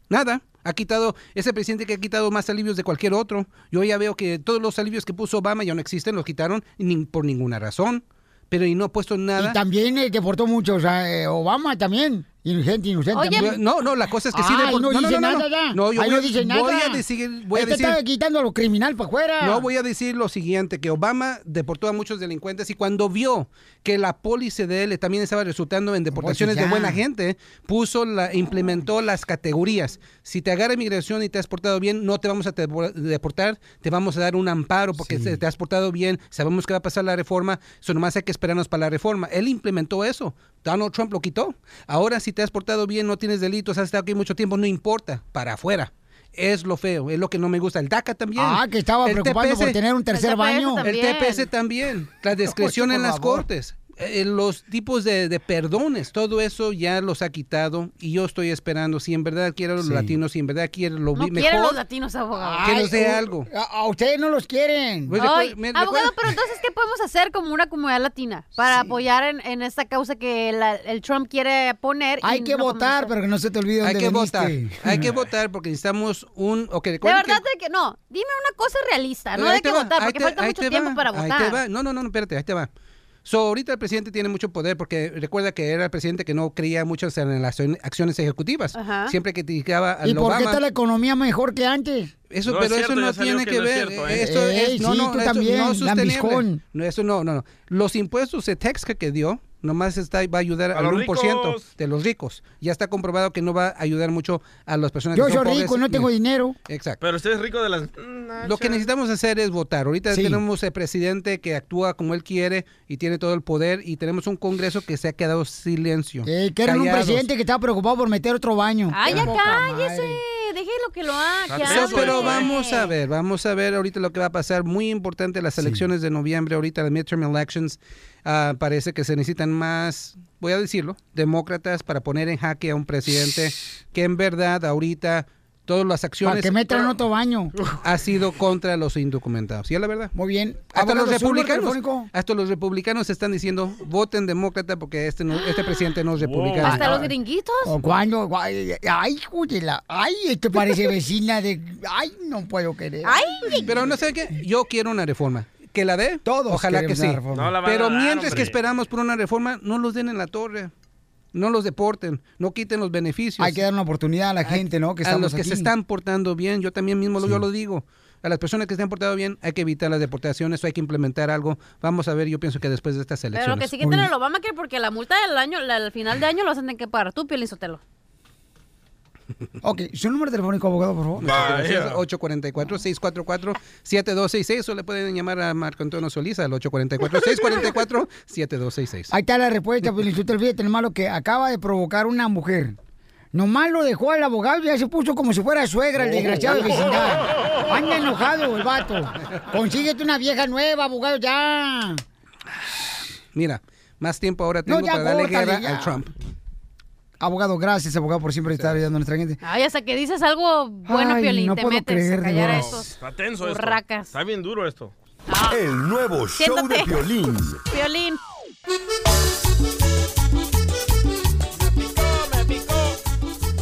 T: Nada. Ha quitado, ese presidente que ha quitado más alivios de cualquier otro. Yo ya veo que todos los alivios que puso Obama ya no existen, los quitaron ni- por ninguna razón. pero y no ha puesto nada.
B: Y también eh, deportó mucho, o sea, eh, Obama también. Inocente, inocente.
T: Oye,
B: también.
T: no, no, la cosa es que sí
B: Ay,
T: depor-
B: no,
T: no, no,
B: dice
T: no, no,
B: nada
T: no.
B: ya.
T: No, yo
B: Ahí
T: voy
B: no
T: a-
B: dice nada.
T: voy a decir- voy a
B: Este
T: decir-
B: está quitando a lo criminal para afuera.
T: No voy a decir lo siguiente, que Obama deportó a muchos delincuentes y cuando vio que la pólice de él también estaba resultando en deportaciones
B: ya.
T: de buena gente, puso la, implementó las categorías. Si te agarra inmigración y te has portado bien, no te vamos a tepor- deportar, te vamos a dar un amparo porque te- te has portado bien, sabemos que va a pasar la reforma, eso nomás hay que esperarnos para la reforma. Él implementó eso, Donald Trump lo quitó. Ahora si te has portado bien, no tienes delitos, has estado aquí mucho tiempo, no importa, para afuera. Es lo feo, es lo que no me gusta. El DACA también.
B: Ah, que estaba preocupando por tener un tercer El TPS baño.
T: El
B: también.
T: TPS también. La discreción
B: Oye, por
T: en las
B: favor.
T: cortes. eh, los tipos de, de perdones, todo eso ya los ha quitado y yo estoy esperando. Si en verdad quiero a los
B: Sí.
T: latinos, si en verdad quiero lo
I: No
T: vi-
I: quieren los
T: mejor.
I: latinos abogados.
T: Que nos dé
B: u-
T: algo.
B: uh, A, a ustedes no los quieren.
T: Pues,
I: Ay,
T: recuer- me-
I: abogado,
T: recuer-
I: pero entonces, ¿qué podemos hacer como una comunidad latina para apoyar en, en esta causa que la- el Trump quiere poner?
B: Hay que votar, pero que no se te olvide
T: Hay
B: dónde
T: que votar.
B: veniste.
T: Hay que votar porque necesitamos un. ok,
I: De
T: recuerden que-
I: verdad, de que no. Dime una cosa realista, no
T: Ahí
I: de
T: te
I: que
T: va,
I: votar,
T: ahí
I: porque
T: te-
I: falta
T: ahí
I: mucho
T: te
I: tiempo
T: va,
I: para
T: ahí
I: votar.
T: te va. No, no, no, espérate, ahí te va. So, ahorita el presidente tiene mucho poder porque recuerda que era el presidente que no creía mucho en las accion- acciones ejecutivas.
B: Ajá.
T: Siempre criticaba a
B: ¿Y por qué
T: Obama.
B: está la economía mejor que antes?
T: Eso, pero eso no tiene que, ver. Esto
B: Ey,
T: es, no,
B: Eh, sí,
T: no,
B: tú
T: esto
B: también,
T: no es sostenible.
B: lambiscón.
T: No, eso no, no, no. Los impuestos de Texca que dio, nomás está, va a ayudar
B: A
T: al
B: los
T: 1%
B: ricos.
T: de los ricos. Ya está comprobado que no va a ayudar mucho a las personas
B: Yo
T: que son
B: soy
T: pobres.
B: rico, no tengo dinero.
T: Exacto.
C: Pero usted es rico de las...
T: Lo que necesitamos hacer es votar. Ahorita
B: Sí.
T: tenemos el presidente que actúa como él quiere y tiene todo el poder y tenemos un Congreso que se ha quedado silencio.
B: Quieren un
T: callados.
B: presidente Eh, que está preocupado por meter otro baño.
I: Ay, ya
B: Qué poca
I: cállese.
B: madre.
I: Déjelo que lo
H: Ah,
I: haga. que
T: So,
I: hable.
T: pero vamos a ver, vamos a ver ahorita lo que va a pasar. Muy importante las elecciones de noviembre, ahorita las midterm elections. ah, parece que se necesitan más, voy a decirlo, demócratas para poner en jaque a un presidente que en verdad ahorita todas las acciones
B: Para que metan otro baño.
T: ha sido contra los indocumentados. Y es la verdad.
B: Muy bien.
T: Hasta
B: Abogado,
T: los
B: ¿su número
T: republicanos,
B: telefónico?
T: hasta los republicanos están diciendo voten demócrata porque este no- este presidente no es republicano.
I: Hasta los gringuitos.
B: Oh. ¿O cuándo? Guay, Ay, júdela. Ay, esto parece vecina de... Ay, no puedo querer.
T: Pero no sé qué, yo quiero una reforma. Que la dé, todos. Ojalá que
B: queremos
T: sí.
B: una reforma. No la van a
T: Pero
B: dar,
T: mientras
B: hombre.
T: que esperamos por una reforma, no los den en la torre. No los deporten, no quiten los beneficios.
B: Hay que dar una oportunidad a la gente, ¿no? Que
T: a
B: estamos
T: los que
B: aquí.
T: se están portando bien, yo también mismo lo, yo lo digo. A las personas que se han portado bien, hay que evitar las deportaciones, hay que implementar algo. Vamos a ver, yo pienso que después de estas elecciones.
I: Pero que sí que tener lo Obama, que porque la multa del año, la- al final de año lo hacen tener que pagar tú, Piolín Sotelo.
B: Ok, su número telefónico, abogado, por favor.
T: Muchas gracias. 844-644-7266 o le pueden llamar a Marco Antonio Solís al 844-644-7266.
B: Ahí está la respuesta, pues, Piolín. Tú te olvides del malo que acaba de provocar una mujer. Nomás lo dejó al abogado y ya se puso como si fuera
T: Oh.
B: suegra el desgraciado de vecindad. Anda enojado el vato. Consíguete una vieja nueva, abogado, ya.
T: Mira, más tiempo ahora
B: No,
T: tengo
B: ya
T: para darle
B: córtale,
T: guerra
B: ya.
T: al Trump.
B: Abogado, gracias, abogado, por siempre estar ayudando a nuestra gente.
I: Ay, hasta que dices algo bueno,
B: Ay,
I: Piolín,
B: no
I: te
B: puedo
I: metes
B: creer,
I: a
B: de
I: callar a
B: veras.
I: esos
C: Está tenso esto.
I: burracas.
C: Está bien duro esto.
H: Ah.
S: El nuevo show
I: Siéntate.
S: de violín.
I: Piolín.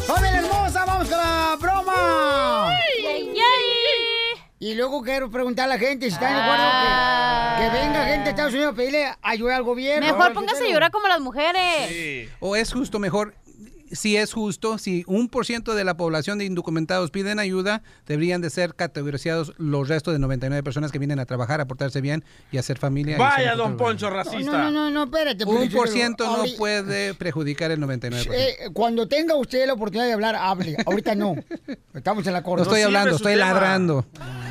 B: ¡Familia hermosa! ¡Vamos con la broma!
I: Ay, ay, ay.
B: Y luego quiero preguntar a la gente si están de acuerdo que, que venga gente de Estados Unidos a pedirle ayuda al gobierno.
I: Ah. Mejor póngase a llorar como las mujeres.
T: O es justo mejor, si es justo, si un por ciento de la población de indocumentados piden ayuda, deberían de ser categorizados los restos de 99 personas que vienen a trabajar, a portarse bien y a hacer familia. y hacer
C: Vaya,
T: un
C: don
T: futuro.
C: Poncho, racista.
B: No, no, no, no, espérate.
T: Un
B: Piolín,
T: por
B: yo-
T: ciento no
B: ahorita-
T: puede perjudicar el 99%.
B: Eh, cuando tenga usted la oportunidad de hablar, hable. Ahorita no. Estamos en la corte.
T: no estoy hablando, estoy ladrando.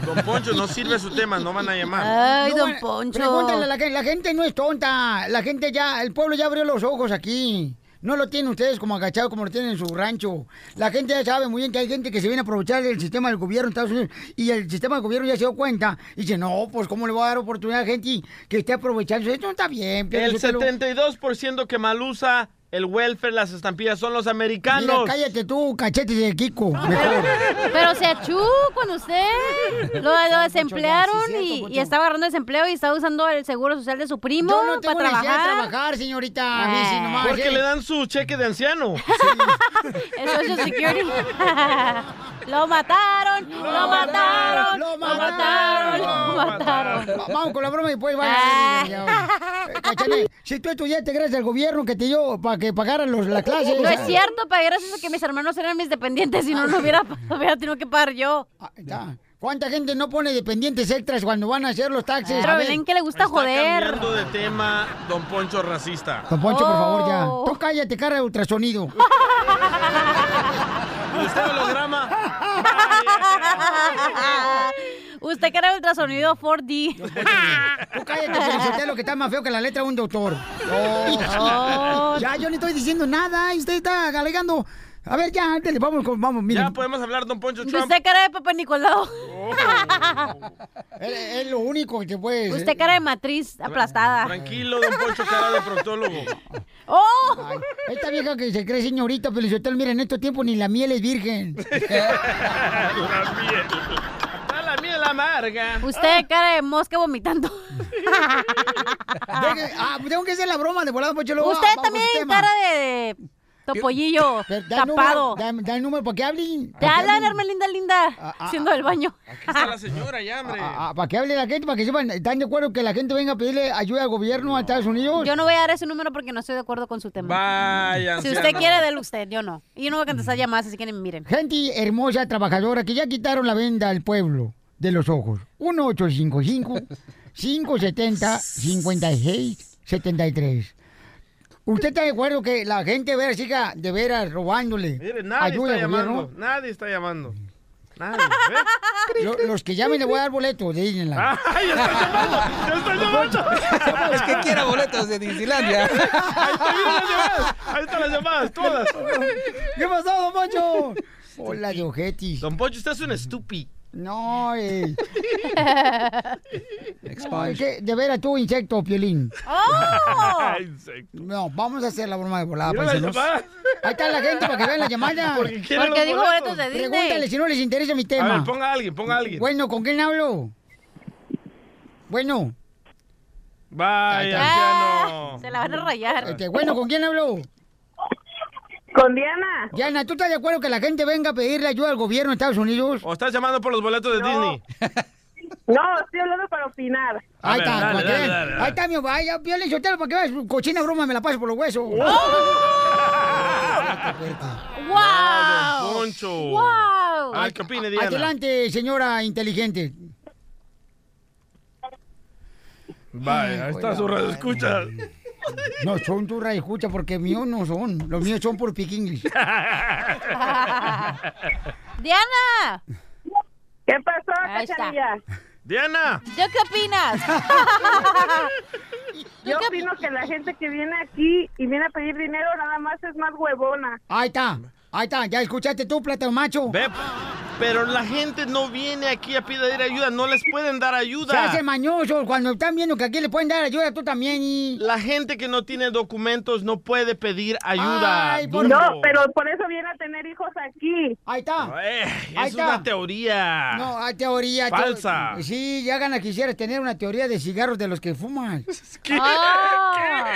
C: Don Poncho, no sirve su tema, no van a llamar.
B: No, bueno, Pregúntale a la gente. La gente no es tonta. La gente ya, el pueblo ya abrió los ojos aquí. No lo tienen ustedes como agachado como lo tienen en su rancho. La gente ya sabe muy bien que hay gente que se viene a aprovechar del sistema del gobierno de Estados Unidos. Y el sistema del gobierno ya se dio cuenta. Y dice, no, pues ¿cómo le voy a dar oportunidad a gente que esté aprovechando? Esto no está bien. Piolín
C: El
B: Sotelo.
C: 72% que mal usa el welfare, las estampillas, son los
B: Mira,
C: americanos.
B: cállate tú, cachete de Kiko. Mejor.
I: Pero se achú cuando usted lo, lo desemplearon
B: sí, cierto,
I: y-
B: Poncho.
I: y, estaba agarrando desempleo y estaba usando el seguro social de su primo
B: Yo no tengo
I: para
B: necesidad
I: trabajar.
B: de trabajar, señorita. A mí sí, nomás,
C: Porque
B: ¿eh?
C: le dan su cheque de anciano.
I: El Social Security. lo mataron, lo, mataron, lo mataron, lo mataron.
B: mataron. Va- Vamos con la broma y después van
H: Ah.
B: a ver. ya. Eh, Cachanilla, si tú estudiaste gracias al gobierno que te dio para que pagaran los, la clase.
H: No es cierto, pagué gracias a que mis hermanos eran mis dependientes y no lo hubiera, lo hubiera tenido que pagar yo.
B: ¿Cuánta gente ah, no pone dependientes extras cuando van a hacer los taxis?
H: Pero
B: A
H: a
B: ver.
H: Belén que le gusta joder.
C: Cambiando de tema, don Poncho racista.
B: Don Poncho, por favor, ya.
H: Oh.
B: Tú cállate, cara de ultrasonido.
C: ¿Y usted holograma?
H: Usted que era ultrasonido 4D.
B: Tú cállate, Felicitelo, que está más feo que la letra de un doctor.
H: Oh.
B: Ya, yo no estoy diciendo nada y usted está alegando. A ver, ya, ándale, vamos, con- vamos, mira.
C: Ya podemos hablar, don Poncho
H: Y
C: Trump.
H: usted cara de papá Nicolau.
B: Oh. Es lo único que puede.
H: Usted cara de matriz aplastada.
C: Tranquilo, don Poncho, cara de proctólogo.
H: ¡Oh!
B: Esta vieja que se cree señorita, Felicitelo, mira, en estos tiempos ni la miel es virgen.
C: la miel. Está la miel amarga.
H: Usted cara de mosca vomitando.
B: Deje- ah, tengo que hacer la broma de volada, Poncho. luego
H: Usted
B: vamos
H: también
B: al tema.
H: cara de Eh, topollillo
B: Pero da el
H: tapado.
B: número, da, da el número para que hablen.
H: Te hablan, Hermelinda linda,
B: ah,
H: haciendo el baño.
C: Está la señora ya, hombre.
B: para que hable la gente, para que sepan, ¿están de acuerdo que la gente venga a pedirle ayuda al gobierno a Estados Unidos?
H: Yo no voy a dar ese número porque no estoy de acuerdo con su tema.
C: Vaya,
H: Si
B: anciana.
H: usted quiere, délo usted, yo no. Y yo no voy a
B: Mm.
H: contestar llamadas, así que ni me miren.
B: Gente hermosa, trabajadora, que ya quitaron la venda al pueblo de los ojos. 1-855-570-5673. ¿Usted está de acuerdo que la gente vera siga de veras robándole
C: Mire, nadie
B: ayuda
C: está
B: al
C: llamando.
B: gobierno?
C: Nadie está llamando. Nadie. ¿eh?
B: Lo- los que llamen le voy a dar boletos de Disneyland.
C: ¡Ay, está llamando! ¡Ya está llamando!
B: Es que quiera boletos
T: de Disneylandia.
C: Ahí están las llamadas. Ahí están las llamadas, todas.
B: ¿Qué pasó, don Poncho? Hola, Yogetis.
C: Don Poncho, usted es un estúpido.
B: No, eh. No, es que, de veras tú, insecto, Piolín.
C: ¡Oh! Insecto.
B: No, vamos a hacer la broma de volada,
C: Mira la
B: paisanos.
C: llamada.
B: Ahí está la gente para que vean la llamada.
C: Porque quieren Porque los dijo boletos. boletos de Disney.
B: Pregúntale si no les interesa mi tema.
C: A ver, ponga a alguien, ponga a alguien.
B: Bueno, ¿con quién hablo? Bueno.
C: Vaya, anciano.
H: Se la van a rayar.
B: Este, bueno, ¿con quién hablo? Con Diana. Diana, ¿tú estás de acuerdo que la gente venga a pedirle ayuda al gobierno de Estados Unidos?
C: ¿O estás llamando por los boletos de Disney?
B: No, estoy hablando para opinar.
C: A
B: Ahí
C: ver,
B: está,
C: dale,
B: para que
C: dale,
B: vean.
C: dale, dale.
B: Ahí está mi vaya, Piolín Sotelo, para que veas, cochina broma, me la paso por los huesos.
C: ¡Oh! ¡Wow! don Poncho.
B: ¡Wow!
C: Ay, ¿qué opina Diana?
B: Adelante, señora inteligente.
C: Vaya, ahí está su radio escucha.
B: No, son tu radio escucha porque míos no son. Los míos son por piquingles.
H: ¡Diana!
A: ¿Qué pasó,
H: Ahí está.
A: Cachanilla?
C: Diana.
H: ¿Yo qué opinas?
A: Yo opino que la gente que viene aquí y viene a pedir dinero nada más es más huevona.
B: Ahí está. Ahí está, ya escuchaste tú, plátano macho.
C: Ve, pero la gente no viene aquí a pedir ayuda, no les pueden dar
B: Se
C: ayuda.
B: hace mañoso cuando están viendo que aquí le pueden dar ayuda, tú también. Y...
C: La gente que no tiene documentos no puede pedir ayuda. Duro.
A: No, pero por eso viene a tener hijos aquí.
B: Ahí está.
C: Eh,
B: Ahí
C: es una
B: está.
C: teoría.
B: No, hay teoría. teo-
C: Ah. Falsa.
B: Sí, ya gana quisieras tener una teoría de cigarros de los que fuman.
C: ¿Qué?
B: Ah.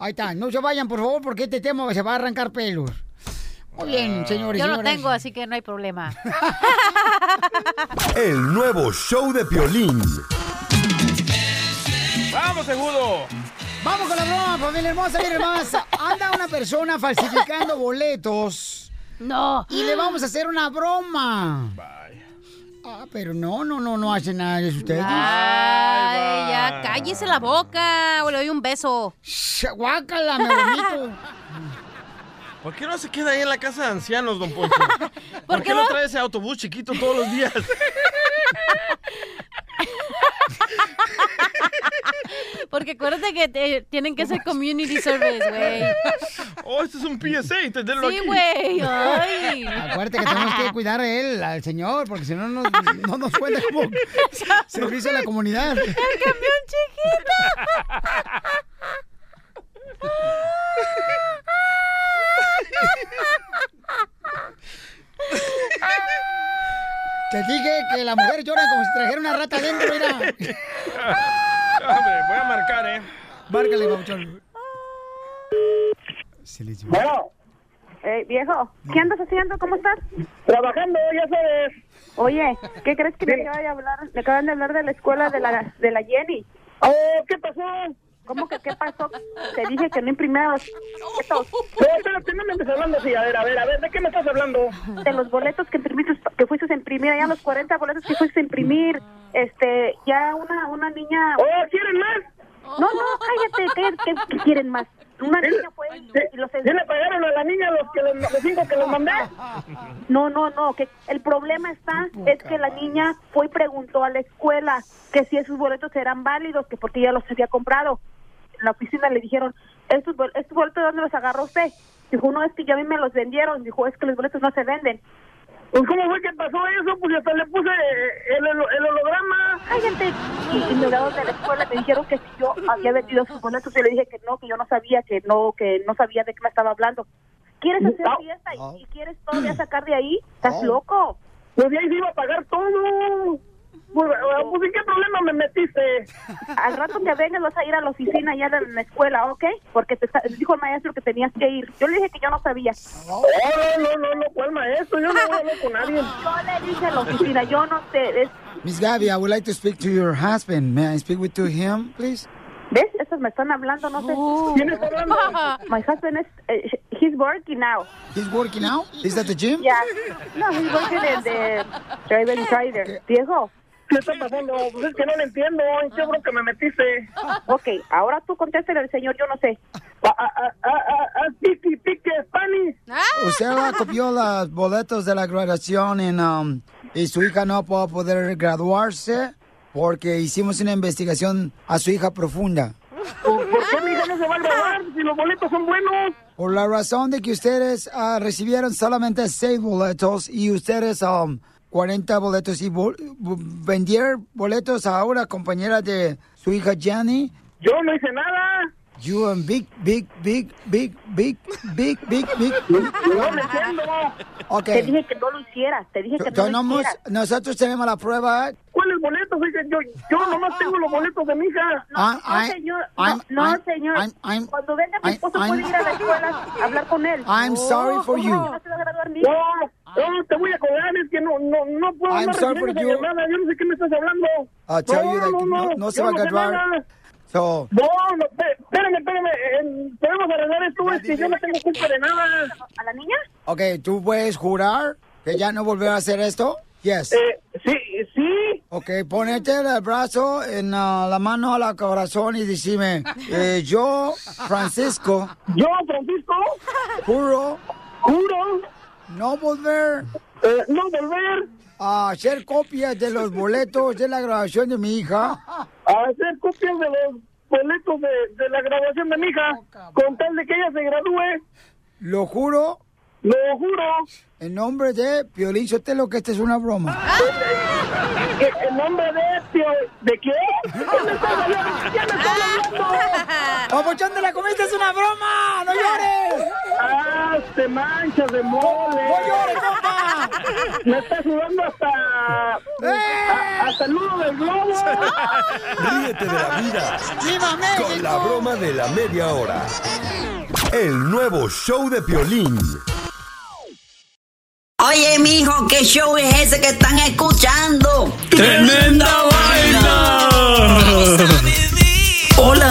B: Ahí está, no se vayan, por favor, porque este tema se va a arrancar pelos. Muy bien, señores.
H: Ah, Yo no
B: señoras.
H: tengo, así que no hay problema.
S: El nuevo show de Piolín.
C: ¡Vamos, seguro!
B: Vamos con la broma, familia hermosa, miren más. Anda una persona falsificando boletos.
H: No.
B: Y le vamos a hacer una broma. Ah, pero no, no, no, no hace nada de eso ustedes.
H: Ay, ya cállese la boca o le doy un beso.
B: Guácala, me vomito.
C: ¿Por qué no se queda ahí en la casa de ancianos, don Poncho? ¿Por, qué no trae ese autobús chiquito todos los días?
H: Porque acuérdate que te- tienen que hacer community service, güey.
C: Oh, esto es un PSA, tenerlo
H: Sí,
C: aquí.
H: güey, ay.
B: Acuérdate que tenemos que cuidar a él, al señor, porque si no, no, no nos cuenta como servicio a la comunidad.
H: camión chiquito.
B: Te dije que la mujer llora como si trajera una rata adentro, mira.
C: Hombre, voy a marcar, ¿eh?
B: Márcale, babuchón.
M: Bueno,
W: Eh, viejo, ¿qué andas haciendo? ¿Cómo estás?
S: Trabajando, ya sabes.
W: Oye, ¿qué crees que
S: Sí.
W: me acaba de hablar? Me acaban de hablar de la escuela de la, de la Jenny.
S: Oh, ¿qué pasó?
W: ¿Cómo que qué pasó? Te dije que no imprimieras.
S: Pero, pero, ¿qué no me andes hablando así? A ver, a ver, a ver, ¿de qué me estás hablando?
W: De los boletos que imprimiste, que fuiste a imprimir, allá los 40 boletos que fuiste a imprimir. Este, ya una, una niña...
S: Oh, ¿quieren más?
W: No, no, cállate, cállate, ¿qué quieren más? Una niña fue y los...
S: ¿Ya le pagaron a la niña los, que les- los cinco que les mandé?
W: No, no, no, que el problema está es que la niña fue y preguntó a la escuela que si esos boletos eran válidos, que porque ya los había comprado. En la oficina le dijeron, ¿estos, bol- estos boletos de dónde los agarró usted? Dijo, no, es que ya a mí me los vendieron. Dijo, es que los boletos no se venden.
S: Pues, ¿cómo fue que pasó eso? Pues, hasta le puse eh, el, holo- el holograma.
W: Cállate. Y, y me hablaron de la escuela, me dijeron que si yo había vendido esos boletos. Yo le dije que no, que yo no sabía, que no, que no sabía de qué me estaba hablando. ¿Quieres hacer
S: No.
W: fiesta y, y quieres todavía sacar de ahí? ¿Estás
S: No.
W: loco?
S: Mm. Oh. Pues, ya se iba a pagar todo. Pues, eh, pues, ¿en qué problema me metiste?
W: Oh. Al rato que vengas vas a ir a la oficina allá de la escuela, ¿ok? Porque te está- dijo el maestro que tenías que ir. Yo le dije que yo no sabía.
S: Oh, no, no, no, ¿cuál maestro? Yo no voy a hablar con nadie.
W: Yo le dije a la oficina, yo no sé. Es,
B: Miss Gaby, I would like to speak to your husband. May I speak with to him, please?
W: ¿Ves? Estos me están hablando, no sé.
S: ¿Quién está hablando?
W: My husband is, eh, he's working now.
B: He's working out? Is that the gym?
W: Yeah. No, he's working in the driver Trader. Diego.
S: ¿Qué está pasando? Pues es que no le entiendo. ¿En qué bronca me metiste?
W: Ok, ahora tú contéstale al señor, yo no sé.
S: Ah, Pique, pique, Spanish.
B: Usted la copió los boletos de la graduación en, um, y su hija no va a poder graduarse porque hicimos una investigación a su hija profunda.
S: ¿Por qué mi hija no se va
W: Ah,
S: a grabar si los boletos son buenos?
B: Por la razón de que ustedes ah, recibieron solamente seis boletos y ustedes um, 40 boletos y bol- bu- vendieron boletos a una compañera de su hija Jenny.
S: Yo no hice nada.
B: You and big, big, big, big, big, big, big, big. Ok.
W: Te dije que no lo hicieras, te dije que no lo
B: Tenemos,
W: hicieras.
B: nosotros tenemos la prueba.
S: ¿Cuáles boletos? Oiga, yo, yo nomás tengo los boletos de mi hija.
B: Ah,
W: No,
B: ah,
W: señor,
B: I'm-
W: no, no,
B: I'm-
W: señor.
B: I'm- I'm-
W: Cuando venga mi
B: I'm-
W: esposo
B: I'm-
W: puede ir a la escuela a hablar con él. Oh,
B: I'm sorry for you.
W: No se va a graduar mi
S: No,
W: hija.
S: no, Oh, te voy a colgar, es que no, no, no puedo
B: I'm
S: no
B: sorry
S: recibir
B: for
S: esa
B: you.
S: llamada, yo no sé qué me estás hablando.
B: I'll tell you that no- no se
S: yo
B: va a
S: sé
B: graduar.
S: nada.
B: So,
S: No, no, pe- espérame, espérame, eh, podemos arreglar esto, es que yo no tengo culpa de nada.
W: ¿A la niña?
B: ok, ¿tú puedes jurar que ya no volverás a hacer esto? Yes.
S: Eh, sí, sí.
B: Ok, ponete el brazo en ah, la mano a la corazón y decime, eh, yo, Francisco.
S: Yo, Francisco.
B: Juro.
S: Juro. Eh,
B: No volver.
S: no volver.
B: A hacer copias de los boletos de la grabación de mi hija.
S: A hacer copias de los boletos de, de la graduación de mi hija, con tal de que ella se gradúe.
B: Lo juro.
S: Lo juro.
B: En nombre de Piolín Sotelo, que esta es una broma.
S: ¿En nombre de este ¿De qué? ¿Qué me estás hablando? ¿Qué me estás hablando?
B: ¡Papuchón de la comida es una broma! ¡No llores!
S: ¡Ah, te manchas de mole!
B: ¡No llores, papá!
S: Me está sudando hasta...
B: Eh.
S: a- hasta el nudo del globo.
K: Ríete de la vida
B: ¡Viva
K: con la broma de la media hora. El nuevo show de Piolín.
N: Oye, mijo, ¿qué show es ese que están escuchando?
Z: ¡Tremenda vaina!
N: Hola